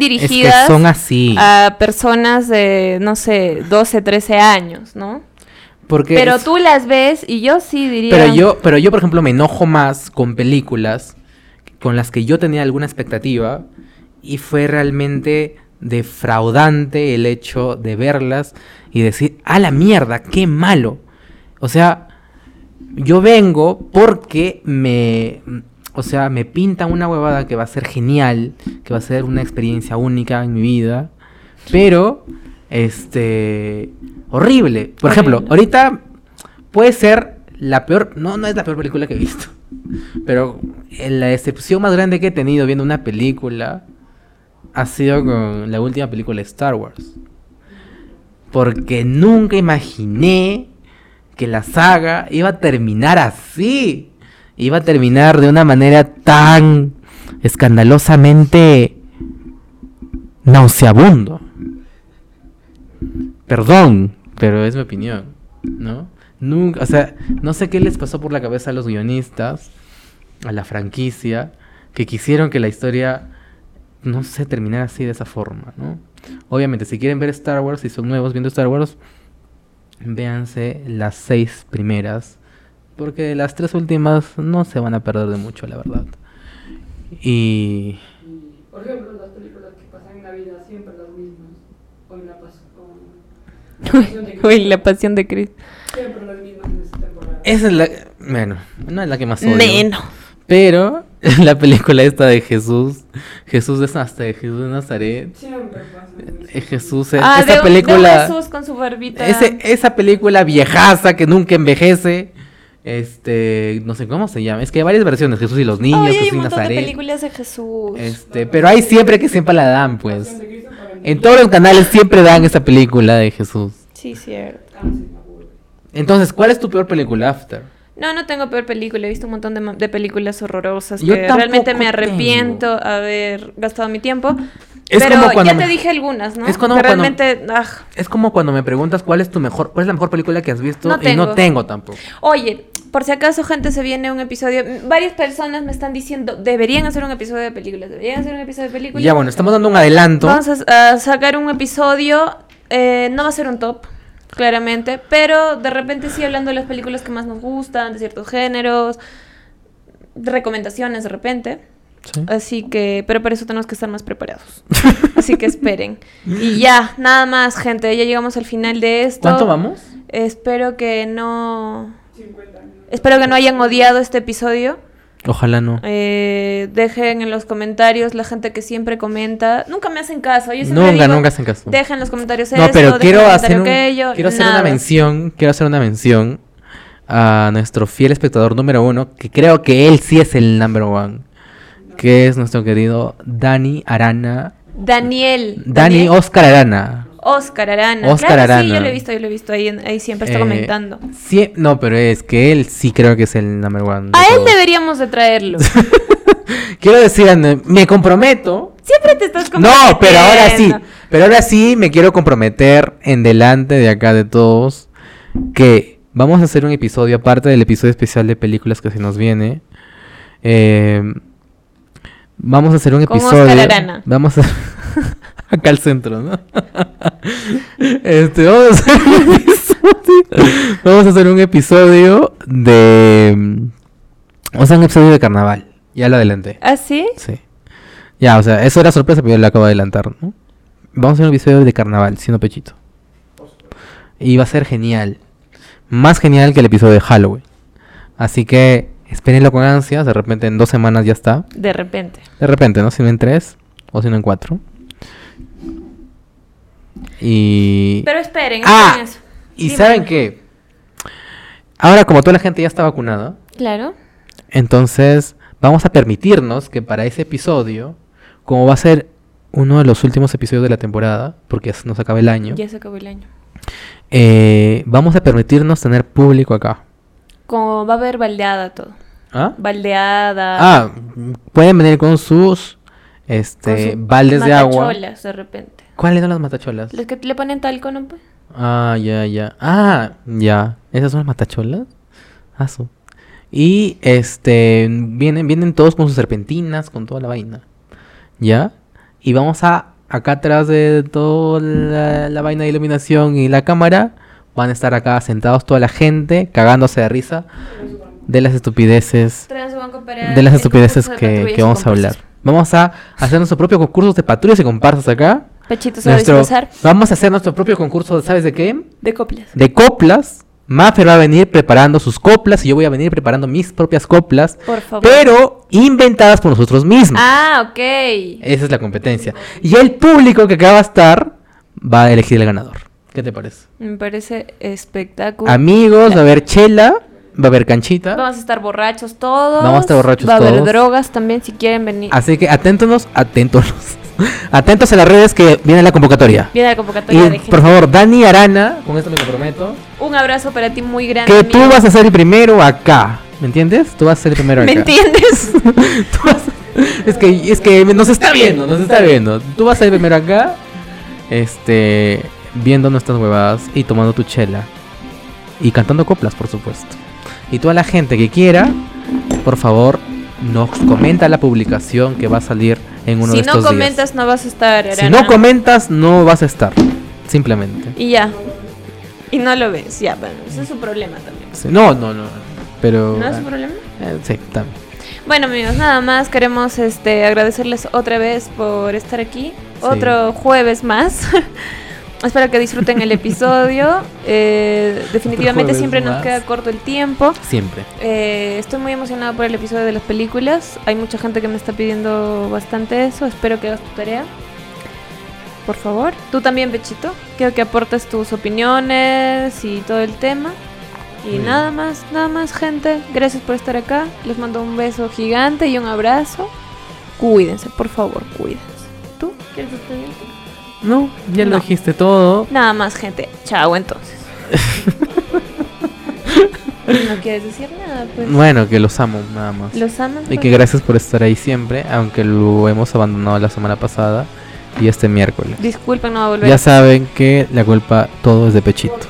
A: que
C: dirigidas
A: son así.
C: a personas de, no sé, 12, 13 años, ¿no?
A: Porque
C: Pero
A: es-
C: tú las ves y yo sí diría...
A: pero yo, pero yo, por ejemplo, me enojo más con películas con las que yo tenía alguna expectativa y fue realmente defraudante el hecho de verlas y decir, a la mierda, qué malo. O sea, yo vengo porque me, o sea, me pintan una huevada que va a ser genial, que va a ser una experiencia única en mi vida, pero, este, horrible. Por ejemplo, ahorita puede ser la peor, no, no es la peor película que he visto, pero la decepción más grande que he tenido viendo una película ha sido con la última película de Star Wars. Porque nunca imaginé que la saga iba a terminar así. Iba a terminar de una manera tan escandalosamente nauseabundo. Perdón, pero es mi opinión, ¿no? Nunca, o sea, no sé qué les pasó por la cabeza a los guionistas, a la franquicia, que quisieron que la historia no sé, terminar así de esa forma, ¿no? Obviamente, si quieren ver Star Wars, si son nuevos viendo Star Wars, véanse las seis primeras, porque de las tres últimas no se van a perder de mucho, la verdad. Y...
B: Por ejemplo, las películas que pasan en Navidad
C: Uy, la pasión de Chris.
A: Esa es la. Bueno, no es la que más odio.
C: Neno.
A: Pero la película esta de Jesús, Jesús desastre, Jesús de Nazaret. eh, Jesús, eh,
C: Ah,
A: esa
C: de, un- de un
A: película.
C: Jesús con su barbita.
A: ese- esa película viejaza que nunca envejece. Este, no sé cómo se llama. Es que hay varias versiones, Jesús y los niños,
C: Ay, hay
A: Jesús
C: un
A: y
C: montón de
A: Nazaret.
C: películas de Jesús.
A: Este, pero hay siempre que siempre la dan, pues. En todos los canales siempre dan esa película de Jesús.
C: Sí, cierto.
A: Entonces, ¿cuál es tu peor película after?
C: No, no tengo peor película. He visto un montón de, ma- de películas horrorosas
A: Yo
C: que realmente
A: tampoco
C: me arrepiento haber gastado mi tiempo.
A: Es
C: pero
A: como cuando
C: ya
A: me-
C: te dije algunas, ¿no?
A: Es como
C: Que
A: cuando-
C: realmente, ah, aj.
A: Es como cuando me preguntas cuál es tu mejor, cuál es la mejor película que has visto
C: No
A: y no
C: tengo.
A: tengo tampoco.
C: Oye, por si acaso, gente, se viene un episodio. M- Varias personas me están diciendo, deberían hacer un episodio de películas, deberían hacer un episodio de películas.
A: Ya bueno, estamos dando un adelanto.
C: Vamos a, s- a sacar un episodio. eh, no va a ser un top, claramente, pero de repente sí hablando de las películas que más nos gustan, de ciertos géneros, de recomendaciones de repente.
A: Sí.
C: Así que, pero para eso tenemos que estar más preparados. Así que esperen. Y ya, nada más, gente. Ya llegamos al final de esto.
A: ¿Cuánto vamos?
C: Espero que no. Espero que no hayan odiado este episodio.
A: Ojalá no.
C: Eh, dejen en los comentarios la gente que siempre comenta. Nunca me hacen caso. Yo siempre
A: Nunca,
C: digo,
A: nunca hacen caso.
C: Dejen en los comentarios
A: No,
C: esto,
A: pero
C: dejen
A: quiero
C: en el
A: hacer, un-
C: comentario aquello,
A: quiero hacer una
C: nada.
A: mención, quiero hacer una mención a nuestro fiel espectador número uno, que creo que él sí es el number one, que es nuestro querido Dani Arana,
C: Daniel.
A: Dani Oscar Arana.
C: Oscar Arana.
A: Oscar
C: Claro, Sí,
A: Arana.
C: yo lo he visto, yo lo he visto ahí, en- ahí siempre está
A: Eh,
C: comentando.
A: sí- no, pero es que él sí creo que es el number one. de
C: A él
A: todos.
C: deberíamos de traerlo.
A: Quiero decir, Ana, me comprometo.
C: Siempre te estás
A: No, pero ahora sí,
C: comprometiendo.
A: pero ahora sí me quiero comprometer en delante de acá de todos que vamos a hacer un episodio aparte del episodio especial de películas que se nos viene. eh, vamos a hacer un
C: Con
A: episodio.
C: Oscar Arana.
A: Vamos a acá al centro, ¿no? Este, vamos a hacer un episodio. Vamos a hacer un episodio de o sea, un episodio de carnaval. Ya lo adelanté.
C: ¿Ah, sí?
A: Sí. Ya, o sea, eso era sorpresa, pero yo la acabo de adelantar, ¿no? Vamos a hacer un episodio de carnaval, siendo pechito. Y va a ser genial. Más genial que el episodio de Halloween. Así que espérenlo con ansias, de repente en dos semanas ya está.
C: De repente.
A: De repente, ¿no? Si no en tres, o si no en cuatro. Y...
C: Pero esperen,
A: Ah,
C: esperen eso.
A: y
C: Dime.
A: ¿saben qué? Ahora como toda la gente ya está vacunada,
C: Claro.
A: entonces, vamos a permitirnos que para ese episodio, como va a ser uno de los últimos episodios de la temporada, porque ya se nos acaba el año,
C: Ya se acabó el año.
A: eh, vamos a permitirnos tener público acá.
C: Como va a haber baldeada todo.
A: ¿Ah?
C: Baldeada.
A: Ah, pueden venir con sus
C: con
A: este,
C: sus
A: baldes de agua.
C: matacholas de repente.
A: ¿Cuáles son las matacholas?
C: Los que le ponen talco, ¿no? pues?
A: Ah, ya, ya. Ah, ya. ¿Esas son las matacholas? Ah, su. Y este vienen, vienen todos con sus serpentinas, con toda la vaina. ¿Ya? Y vamos a acá atrás de toda la, la vaina de iluminación y la cámara. Van a estar acá sentados toda la gente, cagándose de risa. De las estupideces.
C: Traen su banco para
A: De las
C: el
A: estupideces
C: concurso de
A: que,
C: patrullas
A: que
C: y
A: vamos a hablar.
C: comparsas.
A: Vamos a hacer nuestro propio concurso de patrullas y comparsas acá.
C: Pechito se va a
A: Nuestro-
C: disfrazar
A: vamos a hacer nuestro propio concurso, ¿sabes de qué?
C: de coplas.
A: de coplas. Maffer va a venir preparando sus coplas y yo voy a venir preparando mis propias coplas,
C: Por favor.
A: pero inventadas por nosotros mismos.
C: Ah, ok.
A: Esa es la competencia. Y el público que acá va a estar va a elegir el ganador. ¿Qué te parece?
C: Me parece espectacular.
A: Amigos, va a haber chela, va a haber canchita.
C: Vamos a estar borrachos todos.
A: Vamos a estar borrachos
C: Va a haber
A: todos.
C: drogas también si quieren venir.
A: Así que aténtonos, aténtonos. Atentos a las redes que viene la convocatoria.
C: Viene la convocatoria
A: Y
C: de
A: por
C: gente.
A: favor, Dani Arana, con esto me comprometo,
C: Un abrazo para ti muy grande.
A: que tú
C: amigo.
A: vas a ser el primero acá. ¿Me entiendes? Tú vas a ser el primero acá.
C: ¿Me entiendes?
A: Tú vas- es que es que nos está viendo, nos está viendo. Tú vas a ir primero acá, este, viendo nuestras huevadas y tomando tu chela y cantando coplas, por supuesto. Y toda la gente que quiera, por favor, nos comenta la publicación que va a salir en uno
C: si
A: de
C: no
A: estos
C: comentas, no vas a estar.
A: días. Si
C: Arana.
A: no comentas, no vas a estar, simplemente.
C: Y ya. Y no lo ves, ya, bueno, ese es su problema también.
A: Sí, No, no, no. Pero
C: ¿No es su problema?
A: eh, sí, también.
C: Bueno, amigos, nada más queremos este, agradecerles otra vez por estar
A: Sí.
C: aquí. Otro jueves más. Espero que disfruten el episodio. Eh, definitivamente
A: Jueves
C: siempre nos
A: más.
C: queda corto el tiempo.
A: Siempre.
C: Eh, estoy muy emocionada por el episodio de las películas. Hay mucha gente que me está pidiendo bastante eso. Espero que hagas tu tarea. Por favor. Tú también, Bechito. Quiero que aportes tus opiniones y todo el tema. Y
A: bien.
C: nada más, nada más, gente. Gracias por estar acá. Les mando un beso gigante y un abrazo. Cuídense, por favor, cuídense. ¿Tú quieres despedir?
A: No, ya lo
C: No.
A: dijiste todo.
C: Nada más, gente. Chao, entonces. no quieres decir nada, pues.
A: Bueno, que los amo, nada más.
C: Los amas.
A: Y que
C: pues.
A: gracias por estar ahí siempre, aunque lo hemos abandonado la semana pasada y este miércoles.
C: Disculpen, no va a volver.
A: Ya saben que la culpa todo es de Pechito.